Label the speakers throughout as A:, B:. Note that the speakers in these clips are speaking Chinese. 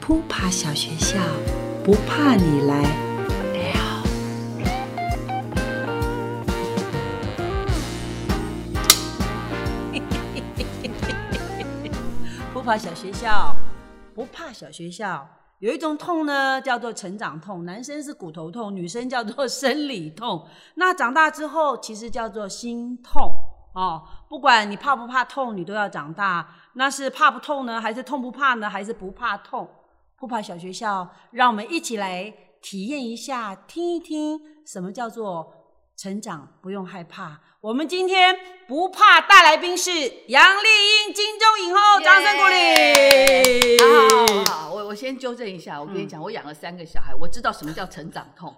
A: 扑爬小学校，不怕你来撩。不怕小学校，不怕小学校。有一种痛呢，叫做成长痛，男生是骨头痛，女生叫做生理痛。那长大之后，其实叫做心痛哦。不管你怕不怕痛，你都要长大。那是怕不痛呢，还是痛不怕呢，还是不怕痛？不怕小学校，让我们一起来体验一下，听一听什么叫做成长，不用害怕。我们今天不怕大来宾是杨丽英、金钟影后，掌声鼓励。
B: 好好好，我我先纠正一下，我跟你讲，我养了三个小孩，我知道什么叫成长痛。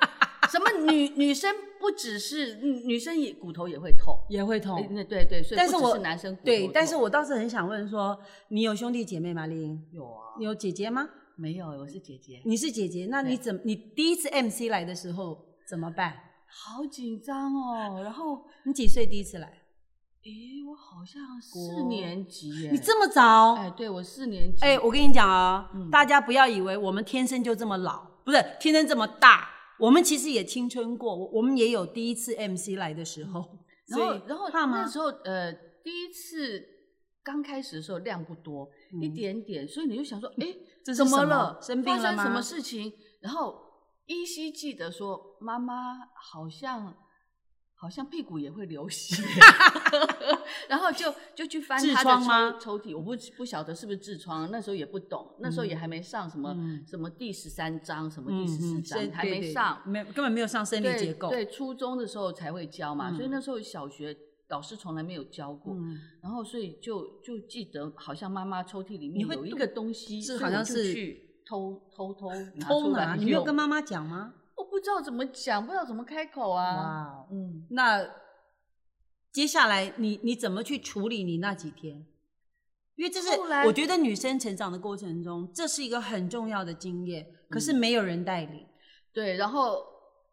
B: 什么女女生不只是女女生也骨头也会痛，
A: 也会
B: 哎
A: 痛，
B: 那对对，所以
A: 但是
B: 不只
A: 我
B: 是男生骨头
A: 对，
B: 痛
A: 但是我倒是很想问说，你有兄弟姐妹吗？丽英，
B: 有啊，
A: 你有姐姐吗？
B: 没有，我是姐姐，
A: 你是姐姐，那你
B: 对
A: 怎么？你第一次 MC 来的时候怎么办？
B: 好紧张哦。然后，
A: 你几岁第一次来？
B: 诶，我好像四
A: 国
B: 年级耶，
A: 你这么早？
B: 哎，对我四年级，
A: 哎、我跟你讲啊、
B: 嗯
A: 大家不要以为我们天生就这么老，不是天生这么大，我们其实也青春过，我我们也有第一次 MC 来的时候，
B: 然后
A: 所以
B: 然后
A: 怕吗
B: 那时候呃第一次刚开始的时候量不多，
A: 嗯
B: 一点点，所以你 就想说，哎，
A: 这是
B: 怎
A: 什么
B: 了？
A: 生病了
B: 发生什
A: 吗
B: 么事情？然后依稀记得说，妈妈好像好像屁股也会 流血，然后就就去翻
A: 痔
B: 她
A: 疮吗
B: 的抽抽屉，我不不晓得是不是痔疮，那时候也不懂，那时候也
A: 嗯
B: 还没上什么、
A: 嗯
B: 什么第十三章，什么
A: 嗯
B: 第十四
A: 嗯，
B: 章，
A: 生
B: 还
A: 对
B: 没
A: 对
B: 上，
A: 没有根本没有上生理
B: 对
A: 结构，
B: 对，初中的时候才会教嘛，所以
A: 嗯
B: 那时候小学老师从来没有教过，
A: 嗯，
B: 然后所以就就记得好像妈妈抽屉里
A: 你
B: 面
A: 会
B: 有一
A: 动
B: 个东西，
A: 是
B: 所以
A: 好像
B: 我就是去偷 偷偷拿
A: 偷
B: 出
A: 拿，
B: 来，
A: 你没有跟？妈妈讲吗？
B: 我不知道怎么讲，不知道怎么开口啊。
A: 哇，
B: 嗯，
A: 那接下来你你怎么去处理你那几天？因为这是
B: 后来
A: 我觉得女生成长的过程中，这是一个很重要的经验，可
B: 嗯
A: 是没有人带领。
B: 对，然后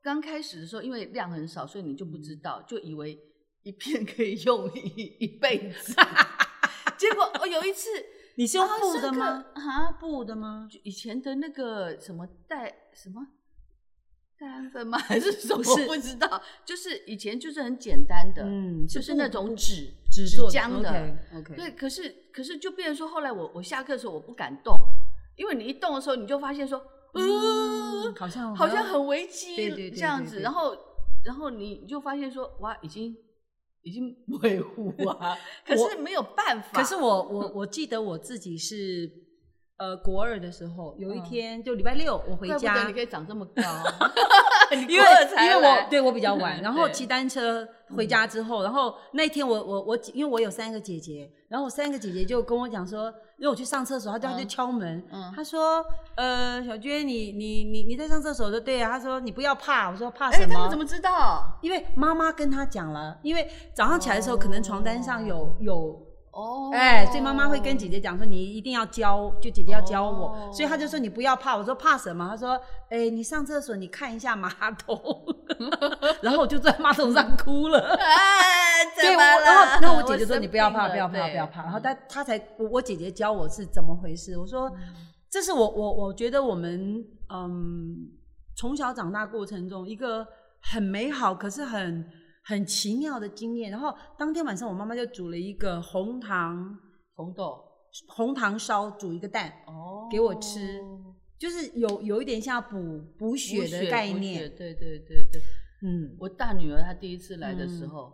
B: 刚开始的时候，因为量很少，所以你就不
A: 嗯
B: 知道，就以为一片可以用一一辈 子。结果我有一次
A: 你是用
B: 啊
A: 布
B: 上
A: 的
B: 课
A: 吗？
B: 啊，
A: 布的吗？
B: 就以前的那个什么代什么代安 分吗？还是什么？
A: 不是
B: 不知道。就是以前就是很简单的，
A: 嗯
B: 就是是
A: 布
B: 那
A: 布
B: 种纸
A: 纸
B: 纸
A: 做的
B: 浆的。
A: OK，
B: 对，可是可是就变成说，后来我我下课的时候我不敢动，因为你一动的时候你就发现说，呃，
A: 嗯好像
B: 好像很危机，
A: 对对对对
B: 这样
A: 对
B: 子。然后然后你就发现说，哇，已经已经维护 啊，可
A: 我
B: 是没有办法。
A: 可是我我我记得我自己是呃国二的时候，有一
B: 嗯
A: 天就礼拜六我回
B: 怪不得
A: 家
B: 你，可以长这 么高，
A: 因
B: 因
A: 为因为我对我比较晚，
B: 嗯
A: 然后
B: 对嗯
A: 骑单车回家之后，然后那一天我我我因为我有三个姐姐，然后我三个姐姐就跟我讲说，因为我去上厕所，她就她就
B: 嗯
A: 敲门，
B: 嗯
A: 她说呃小娟你你你你在上厕所的对啊，她说你不要怕，我说怕
B: 哎、
A: 什
B: 他
A: 么
B: 们？怎么知道？
A: 因为妈妈跟她讲了，因为早上起来的时候，可能床单上有有，
B: 哦
A: 哎，所以妈妈会跟姐姐讲说，你一定要教，就姐姐要教我
B: 哦，
A: 所以她就说你不要怕，我说怕什么？她说，哎，你上厕所你看一下马桶， 然后我就在马桶上哭 了。
B: 哎，
A: 对，
B: 怎
A: 我
B: 么了？
A: 然后然哦后我姐姐说你不要怕，
B: 生
A: 不
B: 病
A: 要
B: 了
A: 怕，
B: 对
A: 不要怕。然后她她才我我姐姐教我是怎么回事，我说这是我我我觉得我们嗯从小长大过程中一个很美好，可是很很奇妙的经验。然后当天晚上我妈妈就煮了一个红糖
B: 红豆
A: 红糖烧，煮一个蛋，
B: 哦
A: 给我吃就是有有一点像补补血的概念，
B: 对对对对。
A: 嗯，
B: 我大女儿她第一次来的时候，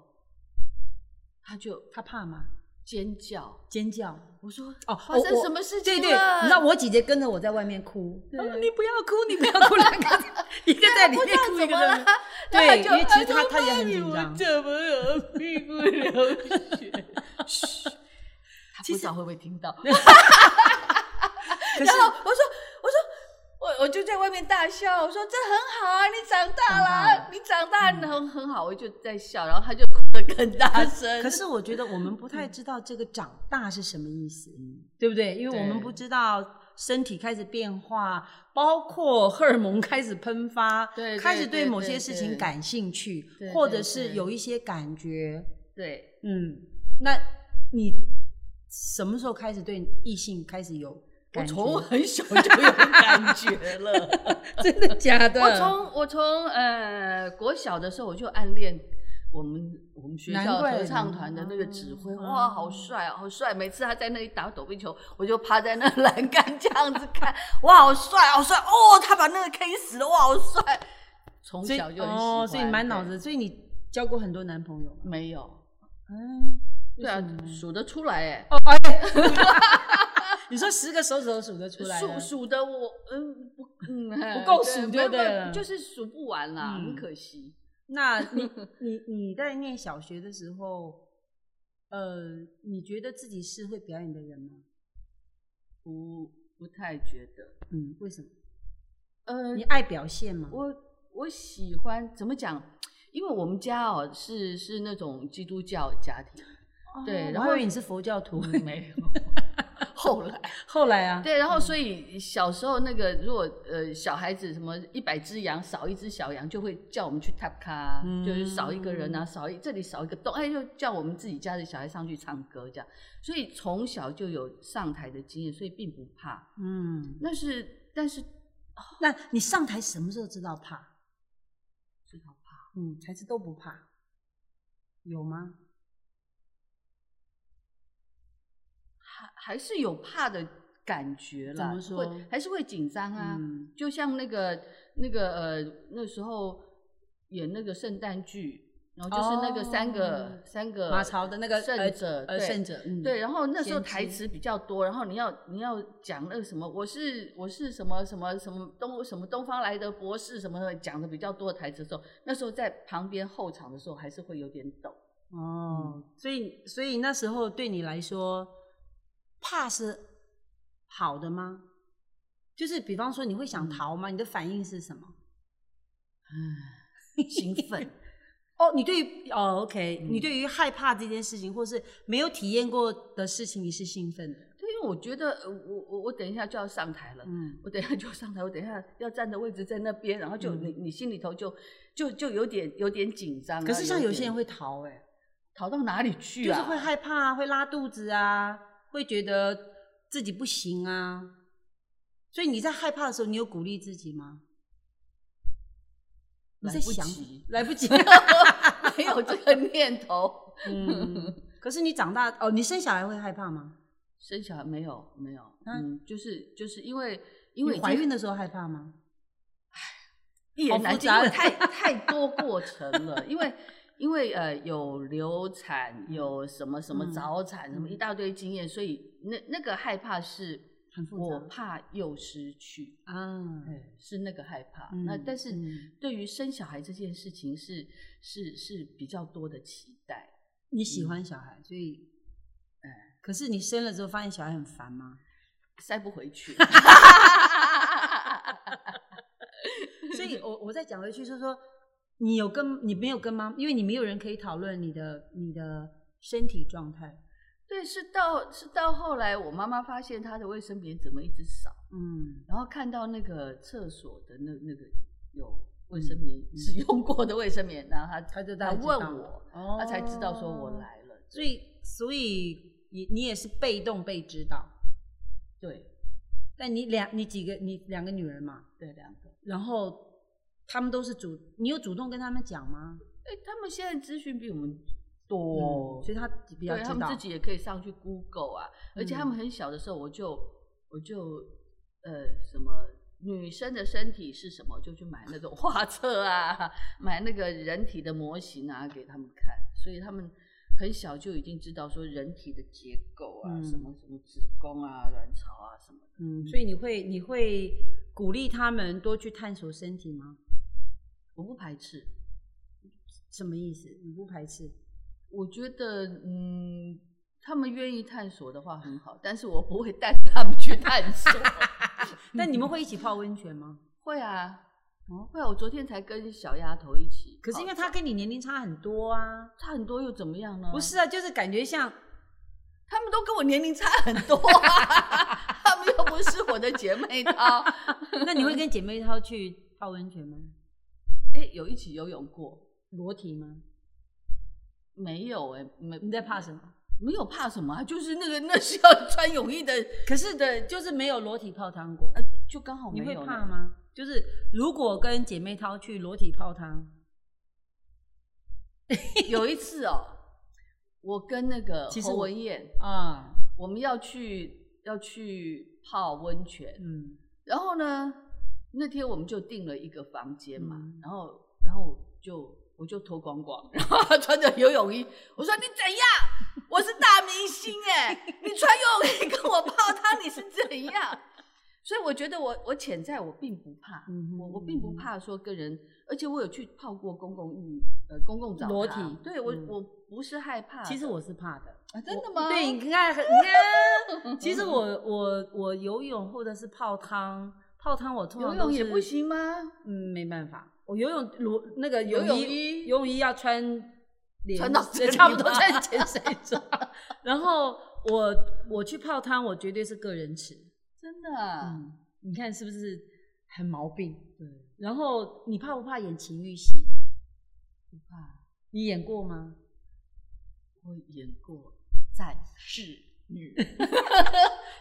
B: 她就
A: 她怕吗？
B: 尖叫，
A: 尖叫。
B: 我说
A: 哦
B: 发
A: 我
B: 生
A: 我
B: 什么事情
A: 对
B: 了？
A: 对，你知道我姐姐跟着我在外面哭，
B: 对
A: 她说你不要哭，你不要哭，两个 一个在里面哭，一个在 里面。 对，因为其实她她也
B: 哎
A: 很紧张。
B: 怎么了？屁股流血？嘘，他不知道会不会听 到。
A: 可
B: 然
A: 是
B: 后我说，我说，我我就在外面大笑，我说这很好啊，你长大
A: 长大
B: 了嗯
A: 了，
B: 你长大了很很好，我就在笑，然后他就哭得更大声。
A: 可是我觉得我们不太
B: 嗯
A: 知道这个长大是什么意思，嗯对不对？因为我们
B: 对
A: 不知道身体开始变化，包括荷尔蒙开始喷发，
B: 对对
A: 开始对
B: 对
A: 某
B: 对
A: 些事情
B: 对
A: 感兴趣
B: 对，对
A: 或者是
B: 对
A: 有一些感觉。
B: 对，
A: 嗯，那你什么时候开始对异性开始有
B: 我
A: 感觉
B: 从很小就有感觉了。
A: 真的假的？
B: 我从我从呃国小的时候我就暗恋我们我们学校
A: 难怪
B: 合唱团的那个指挥，
A: 嗯
B: 哇，好帅啊，好帅！每次他在那里打躲避球，我就趴在那栏杆这样子看，哇，好帅，好帅！哦，他把那个 K 死了，哇，好帅！ 从
A: 所以
B: 小就很喜欢，
A: 哦，所以你满脑
B: 对
A: 子，所以你交过很多男朋友吗？
B: 没有，
A: 嗯，
B: 对啊， 数得出来
A: 欸
B: 哎。
A: 你说十个手指头数得出来的，
B: 数数的我，嗯，不，嗯，
A: 不够数就
B: 没
A: 对
B: 有没有
A: 了
B: 就是数不完啦，
A: 嗯
B: 很可惜。
A: 那 你你你在念小学的时候，呃，你觉得自己是会表演的人吗？
B: 不不太觉得。
A: 嗯，为什么？
B: 呃
A: 你，爱表现吗？
B: 我我喜欢怎么讲？因为我们家哦是是那种基督教家 庭，对
A: 哦
B: 然
A: 我还
B: 后嗯
A: 以为你是佛教徒。
B: 没有。 后来
A: 后来啊，
B: 对，然后所以小时候那个如果呃小孩子什么一百只羊少一只小羊，就会叫我们去 tap 卡、
A: 嗯
B: 就是少一个人啊，少一这里少一个洞，哎，就叫我们自己家的小孩上去唱歌这样。所以从小就有上台的经验，所以并不怕。
A: 嗯，
B: 但是但是
A: 那你上台什么时候知道怕？
B: 知道怕
A: 嗯，还是都不怕？有吗？
B: 还还是有怕的感觉啦，
A: 怎么说
B: 会还是会紧张啊。
A: 嗯
B: 就像那个那个呃，那时候演那个圣诞剧，然后就是那个三个、
A: 哦
B: 三个
A: 马朝的那个
B: 圣者，
A: 呃，
B: 对
A: 圣者，嗯，
B: 对，然后那时候
A: 先知
B: 台词比较多，然后你要你要讲那个什么，我是我是什么什么什么东什么东方来的博士什么的，讲的比较多的台词的时候，那时候在旁边后场的时候还是会有点抖。
A: 哦，所以所以那时候对你来说，怕是好的吗？就是比方说你会想
B: 嗯
A: 逃吗？你的反应是什么？
B: 兴 奋，
A: 哦，你对于哦，OK，、
B: 嗯
A: 你对于害怕这件事情，或是没有体验过的事情，你是兴奋的。
B: 对，因为我觉得呃我我我等一下就要上台了，
A: 嗯，
B: 我等一下就 要上台，我等一下要站的位置在那边，然后就、
A: 嗯
B: 你你心里头就就就有点有点紧张啊、
A: 可是像有
B: 点
A: 些人会逃、欸，哎、
B: 逃到哪里去
A: 就
B: 啊？
A: 是会害怕啊，会拉肚子啊，会觉得自己不行啊。所以你在害怕的时候，你有鼓励自己吗？你在
B: 来不
A: 想
B: 及
A: 来不及。
B: 没有这个念头。
A: 嗯，可是你长大哦，你生小孩会害怕吗？
B: 生小孩没有没有，
A: 啊
B: 嗯，就是就是因为
A: 因
B: 因为
A: 为怀孕
B: 的
A: 的时候害怕吗？
B: 一
A: 好
B: 言
A: 复
B: 难尽，
A: 杂
B: 因为
A: 的
B: 太太多过程了，因为。因为呃有流产，有什么什么
A: 嗯
B: 早产，什么一大堆经验，所以那那个害怕是
A: 很复
B: 我
A: 杂
B: 怕又失去，
A: 啊，
B: 哎，是那个害怕。
A: 嗯
B: 那但是
A: 嗯
B: 对于生小孩这件事情是是是比较多的期待。
A: 你喜欢小孩，所以，可是你生了之后发现小孩很烦吗？
B: 塞不回 去，
A: 所以我我再讲回去，就是说你有跟你没有跟妈，因为你没有人可以讨论你的你的身体状态。
B: 对，是到是到后来，我妈妈发现她的卫生棉怎么一直少，
A: 嗯，
B: 然后看到那个厕所的那那个有卫生棉使用过的卫生棉，然后她
A: 他嗯就
B: 她
A: 大概知道
B: 问我，
A: 哦
B: 她才知道说我。来了。
A: 所以所以你你也是被动被知道，
B: 对
A: 但你两你几个你两个女人嘛，
B: 对，两个。
A: 然后他们都是主，你有主动跟他们讲吗？
B: 哎，他们现在资讯比我们多，
A: 嗯所以他比较
B: 对
A: 知
B: 他
A: 道
B: 们自己也可以上去 Google 啊，而且他们
A: 嗯
B: 很小的时候，我就我就呃什么女生的身体是什么，我就去买那种画册啊，买那个人体的模型啊给他们看，所以他们很小就已经知道说人体的结构啊，
A: 嗯
B: 什么什么子宫啊、卵巢啊什么的。
A: 嗯，所以你会你会鼓励他们多去探索身体吗？
B: 我不排斥，
A: 什么意思？你不排 斥？
B: 我觉得嗯，他们愿意探索的话很好，但是我不会带他们去探索。
A: 那你们会一起泡温泉吗？
B: 会啊，
A: 哦
B: 会啊！我昨天才跟小丫头一起泡澡，
A: 可是因为他跟你年龄差很多啊，
B: 差很多又怎么样呢？
A: 不，是啊，就是感觉像
B: 他们都跟我年龄差很多、啊， 他们又不是我的姐妹淘。
A: 那你会跟姐妹淘去泡温泉吗？
B: 哎、有一起游泳过
A: 裸体吗？
B: 没有、哎，没
A: 你在怕什么？
B: 没有怕什么、啊，就是那个那是要穿泳衣的，
A: 可是的，就是没有裸体泡汤过。
B: 呃，就刚好没
A: 你
B: 有
A: 会
B: 呢
A: 怕吗？就是如果跟姐妹淘去裸体泡汤，
B: 有一次哦，我跟那个
A: 其实
B: 侯
A: 我
B: 文燕，
A: 啊，
B: 我们要去要去泡温泉，
A: 嗯，
B: 然后呢，那天我们就订了一个房间嘛，
A: 嗯
B: 然后然后就我就脱光光，然后他穿着游泳衣，我说你怎样？我是大明星哎、你穿游泳衣跟我泡汤，你是怎样？所以我觉得我我潜在我并不怕，
A: 嗯哼
B: 我我并不怕说跟人，而且我有去泡过公共浴呃公共澡堂，
A: 裸体
B: 对我、
A: 嗯
B: 我不是害怕的，
A: 其实我是怕的。
B: 啊真的
A: 我
B: 吗？
A: 对，你看，很你看，其实我我我游泳或者是泡汤，泡汤我通
B: 游
A: 常都
B: 泳也
A: 是
B: 不，行吗？
A: 嗯，没办法，我游泳裸那个
B: 游
A: 泳
B: 泳
A: 衣，
B: 衣
A: 游泳衣要穿连，
B: 穿到这里
A: 差不多
B: 吗
A: 穿潜水装， 然后我我去泡汤，我绝对是个人池，
B: 真的啊、
A: 嗯，你看是不是很毛病？
B: 对，
A: 然后你怕不怕演情欲戏？
B: 不怕。
A: 你演过吗？
B: 我演过在世 女，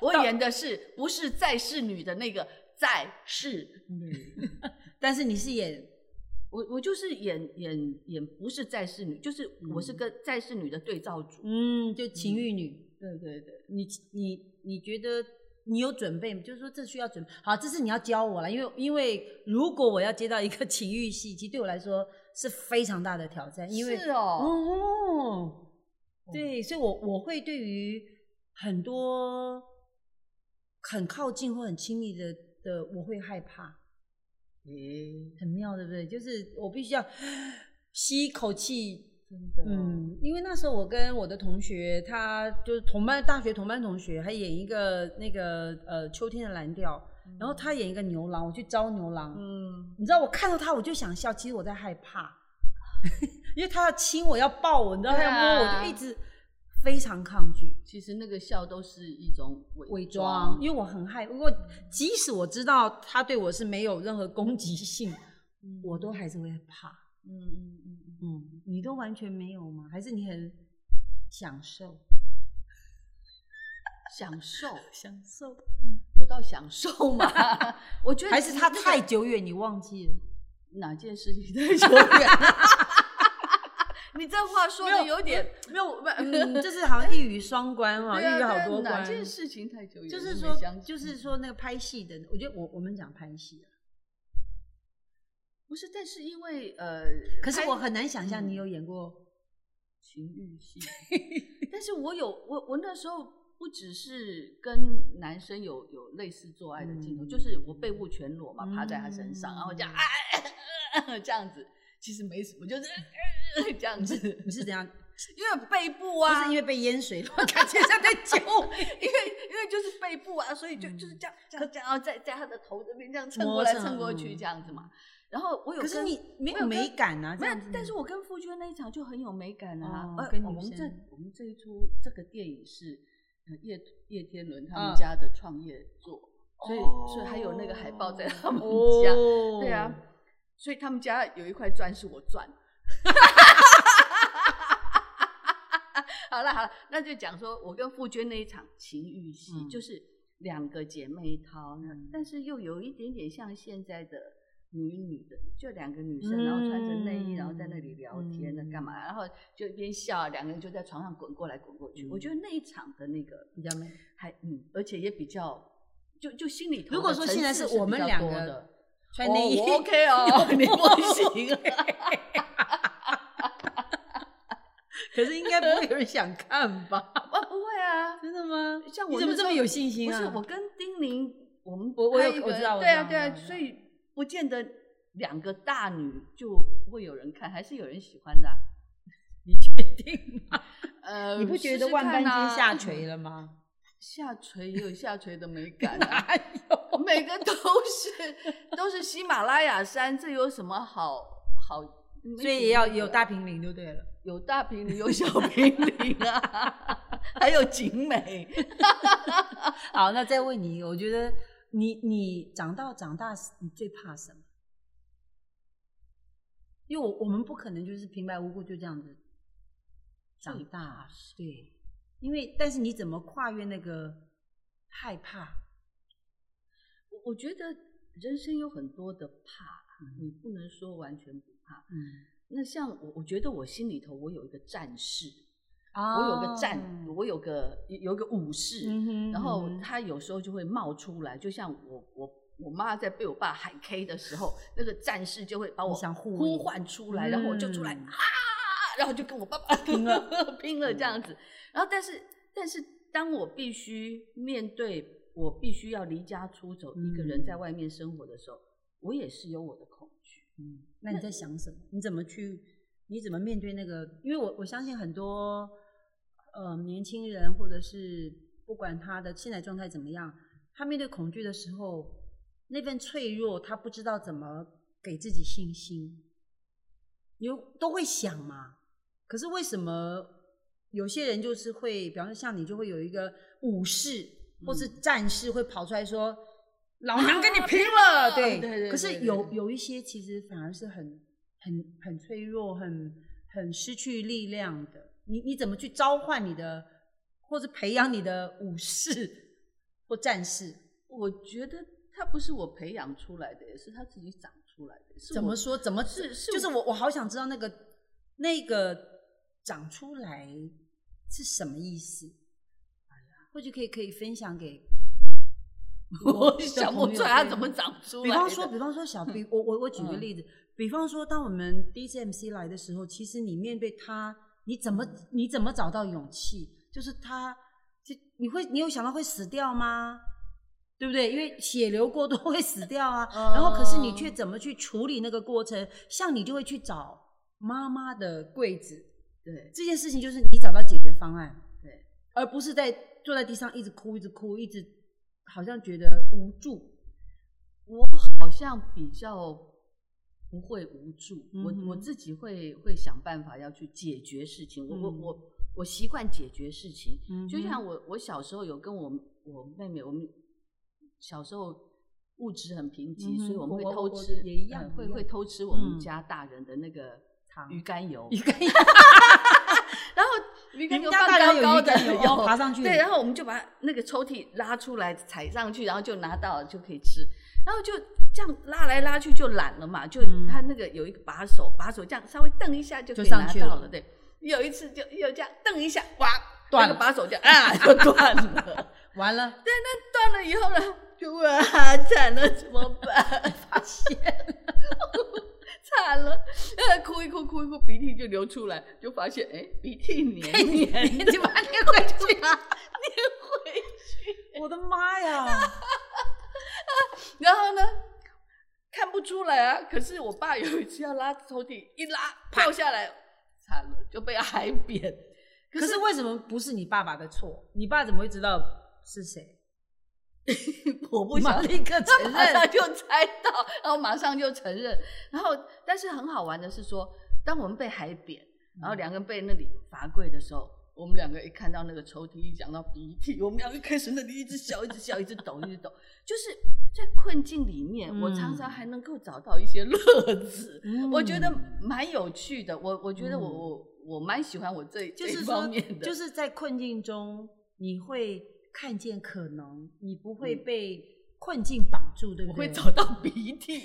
B: 我演的是不是在世女的那个在世女？
A: 但是你是演
B: 我我就是演演演不是在世女，就是我是跟在世女的对照组。
A: 嗯，就情欲女。
B: 对对对，
A: 你你你觉得你有准备吗？就是说这需要准备好，这是你要教我了，因为因为如果我要接到一个 情欲戏，其实对我来说是非常大的挑战，因为
B: 是哦，
A: 哦，对，所以我我会对于很多很靠近或很亲密的的，我会害怕，
B: 诶、
A: 很妙，对不对？就是我必须要 吸一口气，
B: 真的、
A: 嗯，因为那时候我跟我的同学，他就是同班大学同班同学，还演一个那个呃秋天的蓝调，然后他演一个牛郎，我去招牛郎，
B: 嗯，
A: 你知道我看到他我就想笑，其实我在害怕， 因为他要亲我要抱我，你知道他
B: 对
A: 要
B: 啊
A: 摸我，我就一直非常抗拒
B: 其实那个笑都是一种
A: 伪
B: 伪
A: 装，
B: 装，
A: 因为我很害，我即使我知道他对我是没有任何攻击性，
B: 嗯
A: 我都还是会怕。
B: 嗯嗯嗯嗯，
A: 嗯，你都完全没有吗？还是你很享受？
B: 享受
A: 享受，
B: 有到享受 吗？我觉得
A: 还是他
B: 那个
A: 太久远，你忘记了？
B: 哪件事情太久远？ 你这话说的有点，
A: 没有，嗯， 就是好像一语双关哈，
B: 对
A: 一
B: 啊，
A: 语好
B: 对啊
A: 多
B: 哪
A: 关。
B: 件事情太久远？
A: 就是
B: 没
A: 说
B: 想，起
A: 就是说那个拍戏的，我觉得我我们讲拍戏啊，
B: 不是，但是因为呃，
A: 可是
B: 拍
A: 我很难想象
B: 嗯
A: 你有演过，
B: 情欲 戏，但是我有我我那时候不只是跟男生有有类似做爱的镜头，
A: 嗯
B: 就是我背部全裸嘛，趴在他身上，
A: 嗯
B: 然 后这样啊这样子，其实没什么，就是呃这样子，
A: 你是怎样？
B: 因为背部
A: 不
B: 啊，
A: 是因为被淹水了，我感 觉像在救
B: 因为因为就是背部啊，所以就
A: 嗯
B: 就是这样这样这样，然后在在他的头这边这样蹭
A: 摸
B: 过来
A: 上
B: 蹭过去
A: 嗯
B: 这样子嘛。然后我有
A: 可是
B: 跟
A: 你没
B: 我
A: 有
B: 有跟
A: 美感啊，这
B: 没有
A: 样子，
B: 但是我跟傅娟那一场就很有美感啊
A: 哦。
B: 呃
A: 跟
B: 我
A: 女
B: 们这
A: 生
B: 我们这一出这个电影是呃叶叶天伦他
A: 嗯
B: 们家的创业作，所以所以还有那个海报在他们家，
A: 哦
B: 对啊，，所以他们家有一块砖是我赚。 好了好了，那就讲说我跟傅娟那一场情欲戏，
A: 嗯
B: 就是两个姐妹淘，
A: 嗯
B: 但是又有一点点像现在的女女的，就两个女生，然后穿着内衣，然后在那里聊天，那、
A: 嗯
B: 干嘛？然后就一边笑，两个人就在床上滚过来滚过去。
A: 嗯
B: 我觉得那一场的那个
A: 比较美。
B: 还嗯，而且也比较。就就心里头的
A: 如果说
B: 层
A: 现在
B: 次
A: 是
B: 是
A: 我
B: 比
A: 们
B: 较
A: 两
B: 多
A: 个
B: 的
A: 穿内衣
B: 哦、我 OK 哦，你不
A: 哦
B: 行啊。
A: 可是应该不会有人想看吧？
B: 啊， 不会啊，
A: 真的吗？
B: 像我
A: 你怎么
B: 那时
A: 这
B: 候
A: 么有信心
B: 不
A: 啊？
B: 是我跟丁宁，我们
A: 我我有
B: 拍一个
A: 我知道我知
B: 对啊
A: 道
B: 对
A: 我
B: 啊，
A: 知道
B: 所以不见得两个大女就不会有人看，还是有人喜欢的啊、 你确定吗？ 呃，
A: 你不觉得
B: 试试
A: 万般
B: 看啊
A: 皆 下垂？了吗？哎
B: 下垂也有下垂的 美感啊，
A: 哪有？
B: 每个都是都是喜马拉雅山，这有什么好好？没
A: 所
B: 什么
A: 以要
B: 那个
A: 有大平民就对了。
B: 有大平林，有小 平林啊，还有景美。
A: 好，那再问你一个，我觉得你你长到长大，你最怕什么？因为我我们不可能就是平白无故就这样子长大，对，因为但是你怎么跨越那个害怕？
B: 我我觉得人生有很多的怕啦，你不能说完全不怕。
A: 嗯，
B: 那像我，我觉得我心里头我有一个战士，
A: 啊
B: 我有个战，我有个有一个武士，
A: 哦嗯哼
B: 然后
A: 嗯哼
B: 他有时候就会冒出来，就像我我我妈在被我爸喊 K 的时候，那个战士就会把我
A: 你想护
B: 呼
A: 你
B: 唤出来，然后我就出来
A: 嗯
B: 啊，然后就跟我爸爸拼了拼了这
A: 嗯
B: 样子。然后但是但是当我必须面对我必须要离家出走，一个人在
A: 嗯
B: 外面生活的时候，我也是有我的恐惧。
A: 嗯，那你在想什么？你怎么去？你怎么面对那个？因为我我相信很多呃年轻人，或者是不管他的现在状态怎么样，他面对恐惧的时候，那份脆弱，他不知道怎么给自己信心，有都会想嘛。可是为什么有些人就是会，比方说像你，就会有一个武士或是战士会跑出来说：“老娘跟你拼了！”对
B: 啊对对
A: 可
B: 对
A: 是
B: 对
A: 有有一些其实反而是很很很脆弱、很很失去力量的。你你怎么去召唤你的，或者培养你的武士或战士？
B: 我觉得他不是我培养出来的，也是他自己长出来的。是
A: 怎
B: 我
A: 么说？怎么
B: 是是
A: 就是我我好想知道那个那个长出来是什么意思？
B: 哎
A: 或许可以可以分享给
B: 我想不
A: 朋友
B: 出来它
A: 对
B: 怎么长出来的。
A: 比方说，比方说小比，我我我举个
B: 啊嗯
A: 例子，比方说，当我们 DCMC 来的时候，其实你面对他，你怎么你怎么找到勇气？就是他，就你会你有想到会死掉吗？对不对？因为血流过多会死掉 啊。然后可是你
B: 哦
A: 却怎么去处理那个过程？像你就会去找妈妈的柜子，
B: 对
A: 这件事情就是你找到解决方案，
B: 对，
A: 而不是在坐在地上一直哭一直哭一直，好像觉得无助。
B: 好像比较不会无助，
A: 嗯
B: 我我
A: 哼
B: 自己会会想办法要去解决事情。我我
A: 嗯
B: 我我习惯解决事情，
A: 嗯
B: 就
A: 哼
B: 像我我小时候有跟我我妹妹，我们小时候物质很贫瘠，
A: 嗯哼
B: 所以我们会
A: 我
B: 偷
A: 我我
B: 吃，
A: 也一样
B: 嗯会
A: 一样
B: 会偷吃我们
A: 嗯
B: 家大人的那个
A: 糖
B: 鱼肝油，
A: 个
B: 然后鱼
A: 你
B: 肝
A: 们
B: 油
A: 家
B: 放
A: 大人有
B: 高高
A: 鱼
B: 的
A: 竿，有
B: 有
A: 哦爬上去，
B: 对，然后我们就把那个抽屉拉出来踩上去，然后就拿到就可以吃，然后就这样拉来拉去就懒了嘛，就
A: 嗯
B: 它那个有一个把手，把手这样稍微蹬一下就可以拿
A: 就
B: 到
A: 上去
B: 了，
A: 了
B: 对。有一次就又这样蹬一下，哇，
A: 断
B: 那
A: 了
B: 个把 手就啊就断了，
A: 完了，
B: 断了以后呢，就哇惨了怎么办？
A: 发现
B: 惨了，呃哭一哭哭一哭，鼻涕就流出来，就发现哎鼻 涕黏黏 的，
A: 就把那个回去了。
B: 黏啊回
A: 我的妈呀！
B: 然后呢，看不出来啊。可是我爸有一次要拉抽屉，一拉掉下来，惨了，就被海扁。
A: 可是为什么不是你爸爸的错？你爸怎么会知道是谁？
B: 我不
A: 你妈
B: 想
A: 立刻承
B: 他
A: 认
B: 马上就猜到，然后马上就承认。然后，但是很好玩的是说，当我们被海扁，然后两个人被那里罚跪的时候，我们两个一看到那个抽屉，一讲到鼻涕，我们两个开始那里一直笑，一直笑，一直抖，一直抖。就是在困境里面，我常
A: 嗯
B: 常还能够找到一些乐子，
A: 嗯
B: 我觉得蛮有趣的。我我觉得我、
A: 嗯
B: 我我蛮喜欢我这
A: 就
B: 这
A: 是
B: 一
A: 说
B: 方面，的，
A: 就是在困境中，你会看见可能，你不会
B: 嗯
A: 被困境绑住，对不
B: 我
A: 对？
B: 会找到 鼻涕，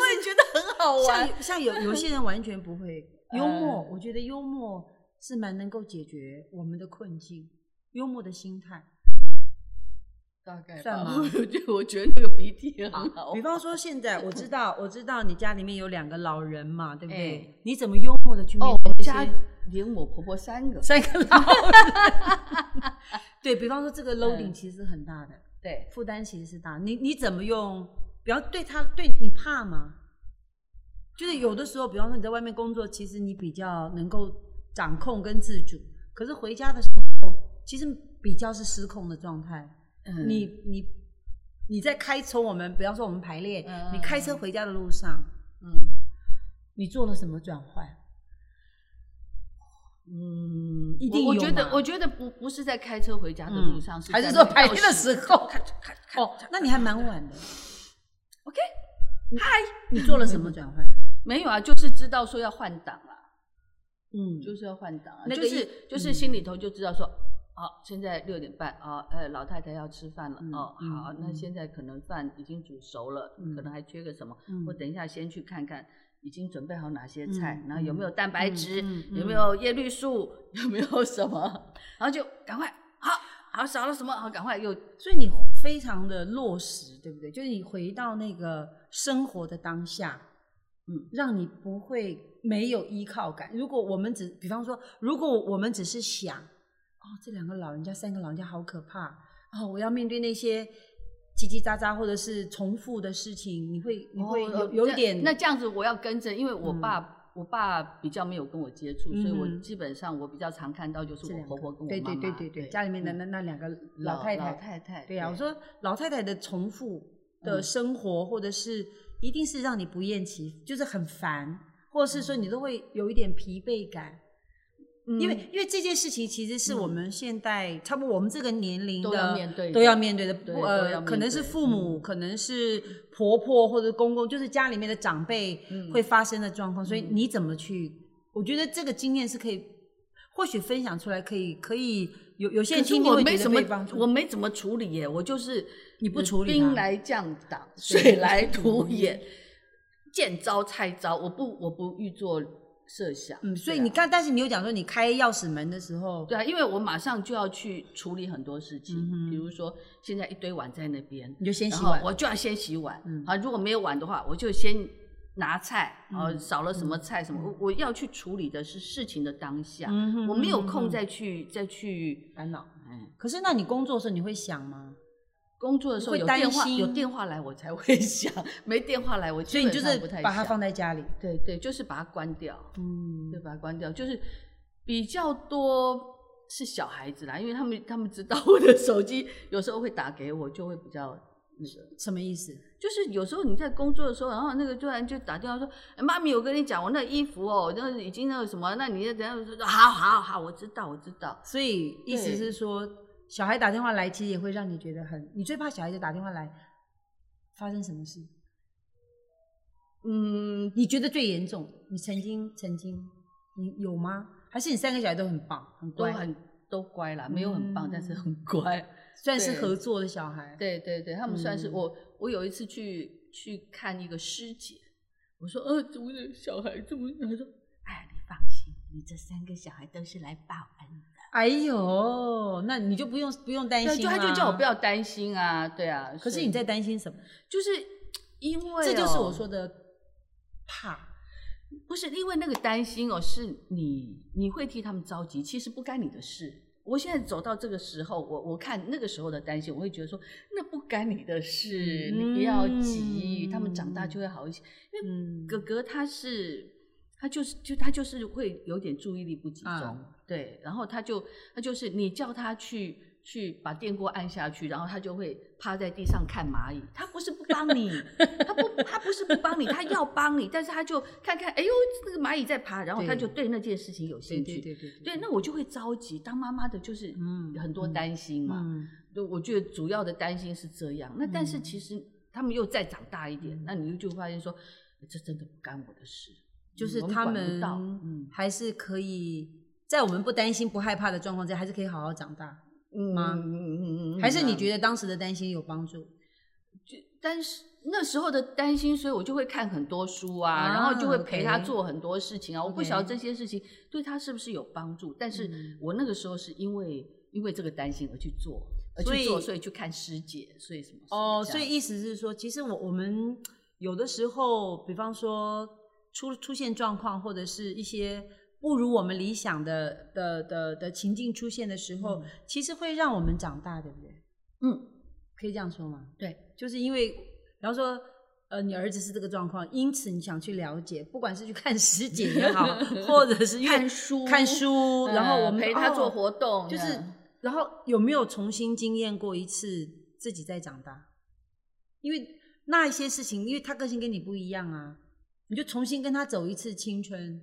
B: 我也觉得很好玩。
A: 像像有有些人完全不 会幽默，
B: 嗯
A: 我觉得幽默是蛮能够解决我们的困境，幽默的心态。
B: 大概
A: 算
B: 吧
A: 吗， 啊
B: 我觉得我觉得那个鼻涕很 好玩。
A: 比方说，现在我知道，我知道你家里面有两个老人嘛，对不对？
B: 哎
A: 你怎么幽默的去面
B: 哦，我
A: 对
B: 们
A: 这
B: 家
A: 些
B: 连我婆婆三个，
A: 三个老人？对比方说，这个 loading
B: 嗯
A: 其实很大的，
B: 对，
A: 负担其实是大。你你怎么用？比方对他对你怕吗？就是有的时候，比方说你在外面工作，其实你比较能够掌控跟自主，可是回家的时候，其实比较是失控的状态。
B: 嗯
A: 你你你在开从我们，比方说我们排列，
B: 嗯
A: 你开车回家的路上，
B: 嗯
A: 你做了什么转换？
B: 嗯，
A: 一定
B: 我我
A: 有
B: 觉得
A: 嘛嗯
B: 我觉得不不是在开车回家的路上，
A: 还是
B: 在
A: 说
B: 那
A: 排
B: 钥
A: 练的
B: 匙
A: 时候？哦，那你还蛮晚的。
B: OK，
A: 嗨，你做了什么转换？
B: 没有啊，就是知道说要换挡啦。
A: 嗯，
B: 就是要换挡啊，
A: 那个
B: 就是
A: 一
B: 就是心里头就知道说，好、现在六点半啊，呃，老太太要吃饭了、
A: 嗯
B: 哦，
A: 嗯
B: 好，那
A: 嗯
B: 现在可能饭已经煮熟了，
A: 嗯
B: 可能还缺个什么，
A: 嗯
B: 我等一下先去看看已经准备好哪些菜，
A: 嗯
B: 然后有没有蛋白质，
A: 嗯嗯嗯
B: 有没有叶绿素，有没有什么，然后就赶快好。好少了什么？好，赶快又
A: 所以你非常的落实，对不对？就是你回到那个生活的当下，
B: 嗯，
A: 让你不会没有依靠感。如果我们只，比方说，如果我们只是想，哦，这两个老人家、三个老人家好可怕，哦，我要面对那些叽叽喳喳或者是重复的事情，你会你会有、
B: 哦
A: 有
B: 这
A: 一点
B: 那这样子我要更正，因为我
A: 嗯
B: 爸、我爸比较没有跟我接触，所以我
A: 嗯哼
B: 基本上我比较常看到就是
A: 这
B: 我
A: 两
B: 婆
A: 个
B: 婆跟我
A: 对
B: 妈
A: 对
B: 妈
A: 对对对，家里面的
B: 嗯
A: 那那两个
B: 老
A: 太
B: 老
A: 太，
B: 太太，
A: 对啊，我说老太太的重复的
B: 嗯
A: 生活，或者是一定是让你不厌其，就是很烦，或者是说你都会有一点疲惫感，
B: 嗯
A: 因为因为这件事情其实是我
B: 嗯
A: 们现代、差不多我们这个年龄的
B: 都要面对
A: 都
B: 的
A: 要面对的，
B: 对
A: 不
B: 都要
A: 呃，
B: 面
A: 可能是
B: 对嗯
A: 父母，可能是婆婆或者公公，就是家里面的长辈
B: 嗯
A: 会发生的状况，所以
B: 嗯
A: 你怎么去？我觉得这个经验是可以，或许分享出来可以可以有有些
B: 可
A: 人
B: 是
A: 听你
B: 我
A: 会觉
B: 没
A: 得
B: 什
A: 被
B: 么
A: 帮，助
B: 我没怎么处理耶，我就是呃
A: 你不处理它
B: 兵来将挡，
A: 水
B: 水
A: 来
B: 来
A: 土
B: 土掩，见招拆招，我不我不预做设想，
A: 嗯，所以
B: 对啊
A: 你看，但是你有讲说你开钥匙门的时候，
B: 对啊，因为我马上就要去处理很多事情，
A: 嗯哼
B: 比如说现在一堆碗在那边，
A: 你就先
B: 然
A: 洗
B: 后
A: 碗，
B: 我就要先洗碗
A: 嗯。
B: 啊，如果没有碗的话，我就先拿菜，啊，
A: 嗯
B: 少了什么菜什么，
A: 嗯
B: 我我要去处理的是事情的当下，
A: 嗯哼
B: 我没有
A: 嗯哼
B: 空再去再去，
A: 烦恼。
B: 哎，
A: 可是那你工作的时候你会想吗？
B: 工作的时候
A: 会
B: 有
A: 担
B: 电话
A: 心
B: 有电话来我才会 想，没电话来我
A: 所
B: 基
A: 以你
B: 本
A: 就
B: 上
A: 是
B: 不太
A: 把它
B: 想。
A: 放在家里，
B: 对对，就是把它关掉，
A: 嗯
B: 对，，把它关掉，就是比较多。是小孩子啦，因为他们他们知道我的手机有时候会打给我，就会比较那个。
A: 什么意思？
B: 就是有时候你在工作的时候，然后那个突然就打电话说：“哎妈咪，我跟你讲，我那衣服哦，那已经那个什么，那你等下就说好好好，我知道我知道。
A: 所以意思
B: 对
A: 是说，小孩打电话来，其实也会让你觉得很，你最怕小孩子打电话来发生什么事？”
B: 嗯，
A: 你觉得最严重？你曾经曾经你有吗？还是你三个小孩都很棒很
B: 都
A: 乖，
B: 很都乖啦，没有很棒，
A: 嗯
B: 但是很乖。
A: 虽然是
B: 对
A: 合作的小孩，，
B: 对对对，他们算是、
A: 嗯
B: 我。我有一次去去看一个师姐，我说：“呃，怎么有小孩这么？”她说：“哎，你放心，你这三个小孩都是来报恩的。”
A: 哎呦，那你就不用不用担心
B: 对，
A: 啦，
B: 就她就叫我不要担心啊，对啊。
A: 可是
B: 所以
A: 你在担心什么？
B: 就是因为、哦
A: 这就是我说的怕。
B: 不是因为那个担心哦，是你你会替他们着急，其实不干你的事。我现在走到这个时候，我我看那个时候的担心，我会觉得说那不干你的事，你不要急，
A: 嗯
B: 他们长大就会好一些。因为
A: 嗯，
B: 哥哥他是他就是就他就是会有点注意力不集中，
A: 啊
B: 对，然后他就他就是你叫他去。去把电锅按下去，然后他就会趴在地上看蚂蚁。他不是不帮你，他不他不是不帮你，他要帮你，但是他就看看，哎呦，那个蚂蚁在爬，然后他
A: 对
B: 就对那件事情有
A: 对
B: 兴
A: 对
B: 趣。
A: 对对对
B: 对，那我就会着急。当妈妈的就是
A: 嗯
B: 很多
A: 嗯
B: 担心嘛，
A: 嗯
B: 对，我觉得主要的担心是这样。那但是
A: 嗯
B: 其实他们又再长大一点，
A: 嗯
B: 那你就发现说，哎这真的不干我的事，
A: 就是
B: 我
A: 他
B: 管不到。
A: 们
B: 嗯
A: 还是可以在我们不担心、不害怕的状况之下，还是可以好好长大。
B: 嗯
A: 吗
B: 嗯嗯嗯
A: 还是你
B: 得？
A: 觉得当时的担心有帮助？
B: 但是那时候的担心，所以我就会看很多书啊，
A: 啊
B: 然后就会陪他
A: OK
B: 做很多事情啊。我不
A: OK
B: 晓得这些事情对他是不是有帮助，但
A: 嗯
B: 是我那个时候是因为因为这个担心而去做，而
A: 所以
B: 去做，所以去看师姐，所以什么
A: 哦，
B: 什
A: 所
B: 么这样
A: 以意思是说，其实我我们有的时候，比方说出出现状况，或者是一些不如我们理想的的的的情境出现的时候，
B: 嗯
A: 其实会让我们长大，对不对？
B: 嗯，
A: 可以这样说吗？
B: 对，
A: 就是因为，比方说，呃，你儿子是这个状况，因此你想去了解，不管是去看师姐也 好，或者是阅
B: 看书嗯
A: 看书，然后我们
B: 陪他做、
A: 哦
B: 活动，
A: 就是
B: 嗯，
A: 然后有没有重新经验过一次自己在长大？因为那一些事情，因为他个性跟你不一样啊，你就重新跟他走一次青春，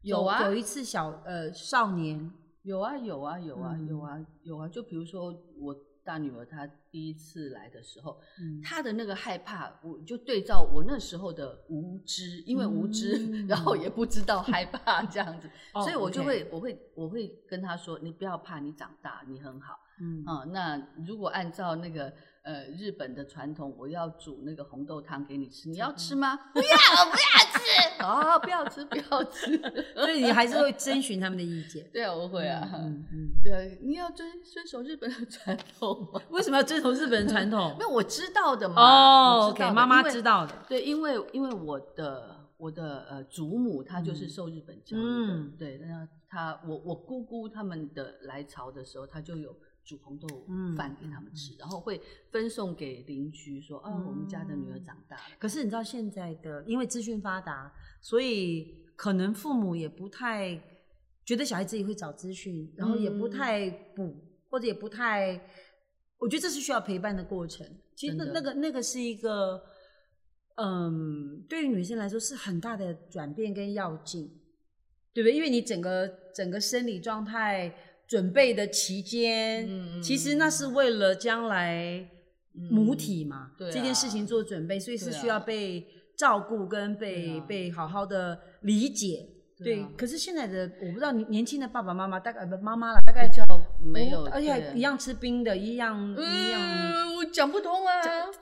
B: 有
A: 走
B: 啊
A: 走一次小呃少年，
B: 有啊有啊有啊
A: 嗯
B: 有啊有啊，就比如说我大女儿她第一次来的时候，
A: 嗯
B: 她的那个害怕，我就对照我那时候的无知，因为无知，
A: 嗯
B: 然后也不知道害怕这样子，
A: 哦
B: 所以我就
A: OK
B: 会我会我会跟她说，你不要怕，你长大，你很好。
A: 嗯
B: 啊、那如果按照那个呃日本的传统，我要煮那个红豆汤给你吃，你
A: 嗯
B: 要吃吗？ 不要，我不要吃。 啊、不要吃，不要吃。
A: 所以你还是会征询他们的意见。
B: 对啊，我会啊。
A: 嗯嗯，
B: 对啊，你要遵遵守日本的传统嘛。
A: 为什么要遵从日本人传统
B: 没？有，我知道的嘛。
A: 哦
B: 我知道
A: ，OK，
B: 的
A: 妈妈
B: 因为
A: 知道的。
B: 对，因为因为我的我的呃祖母她就是
A: 嗯
B: 受日本教育的，
A: 嗯
B: 对，那她我我姑姑他们的来朝的时候，她就有煮红豆
A: 嗯哦
B: 饭给他们吃，然后会分送给邻居说啊，我们家的女儿
A: 嗯
B: 长大了，
A: 可是你知道现在的，因为资讯发达，所以可能父母也不太觉得小孩自己会找资讯，然后也不
B: 嗯
A: 太补，或者也不太，我觉得这是需要陪伴的过程。其实那
B: 真
A: 那
B: 的
A: 个那个是一个，嗯，对于女生来说是很大的转变跟要进，对不对？因为你整个整个生理状态准备的期间，
B: 嗯嗯
A: 其实那是为了将来母体嘛，
B: 对啊
A: 这件事情做准备，所以是
B: 对啊
A: 需要被照顾跟被、
B: 对啊
A: 被好好的理解。
B: 对啊
A: 可是现在的我不知道，年年轻的爸爸妈妈大概呃不妈妈了，大概
B: 比较没有，
A: 而且
B: 对
A: 哎一，样吃冰的，一样、一样
B: 嗯，我讲不通啊，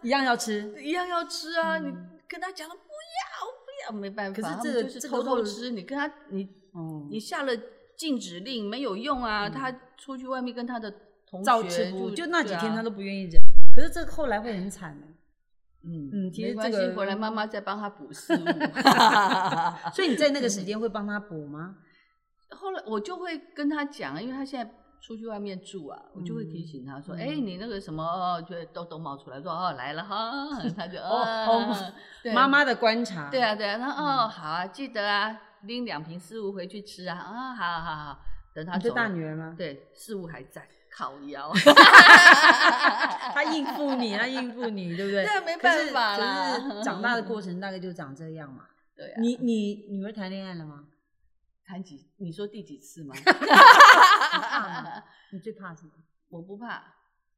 A: 一样要吃。
B: 一样要吃啊，你
A: 嗯
B: 跟他讲了不要不要，没办
A: 可
B: 法，
A: 是
B: 他
A: 这
B: 们
A: 个
B: 就是
A: 这个
B: 偷偷
A: 后
B: 吃，你跟他你
A: 哦
B: 你下了禁止令没有用啊，
A: 嗯
B: 他出去外面跟他的同学
A: 照吃不误，
B: 就
A: 就那几
B: 对啊
A: 天他都不愿意忍。可是这个后来会很惨 的，
B: 嗯
A: 嗯其实
B: 没关系
A: 这个
B: 回来妈妈再帮他补失 误。
A: 所以你在那个时间会帮他补吗？
B: 后来我就会跟他讲，因为他现在出去外面住啊，我就会提醒他
A: 嗯
B: 说：“哎、你那个什么，哦就会都都冒出来说哦来 了哈。”他就
A: 哦
B: 哦
A: 哦，
B: 对
A: 妈妈的观察，
B: 对，啊对啊，他
A: 嗯
B: 说哦好啊，记得啊拎两瓶四物回去吃啊啊、好好好，等他
A: 你对
B: 走了
A: 大女儿吗？
B: 对四物还在烤腰。
A: 他应付你，他应付你，对不对？
B: 啊 对啊没
A: 可
B: 办
A: 是
B: 法啦
A: 可是长大的过程大概就长这样嘛。
B: 对啊，
A: 你你女儿谈恋爱了吗？
B: 谈几？你说第几次 吗？
A: 怕吗你最怕什么？
B: 我不怕，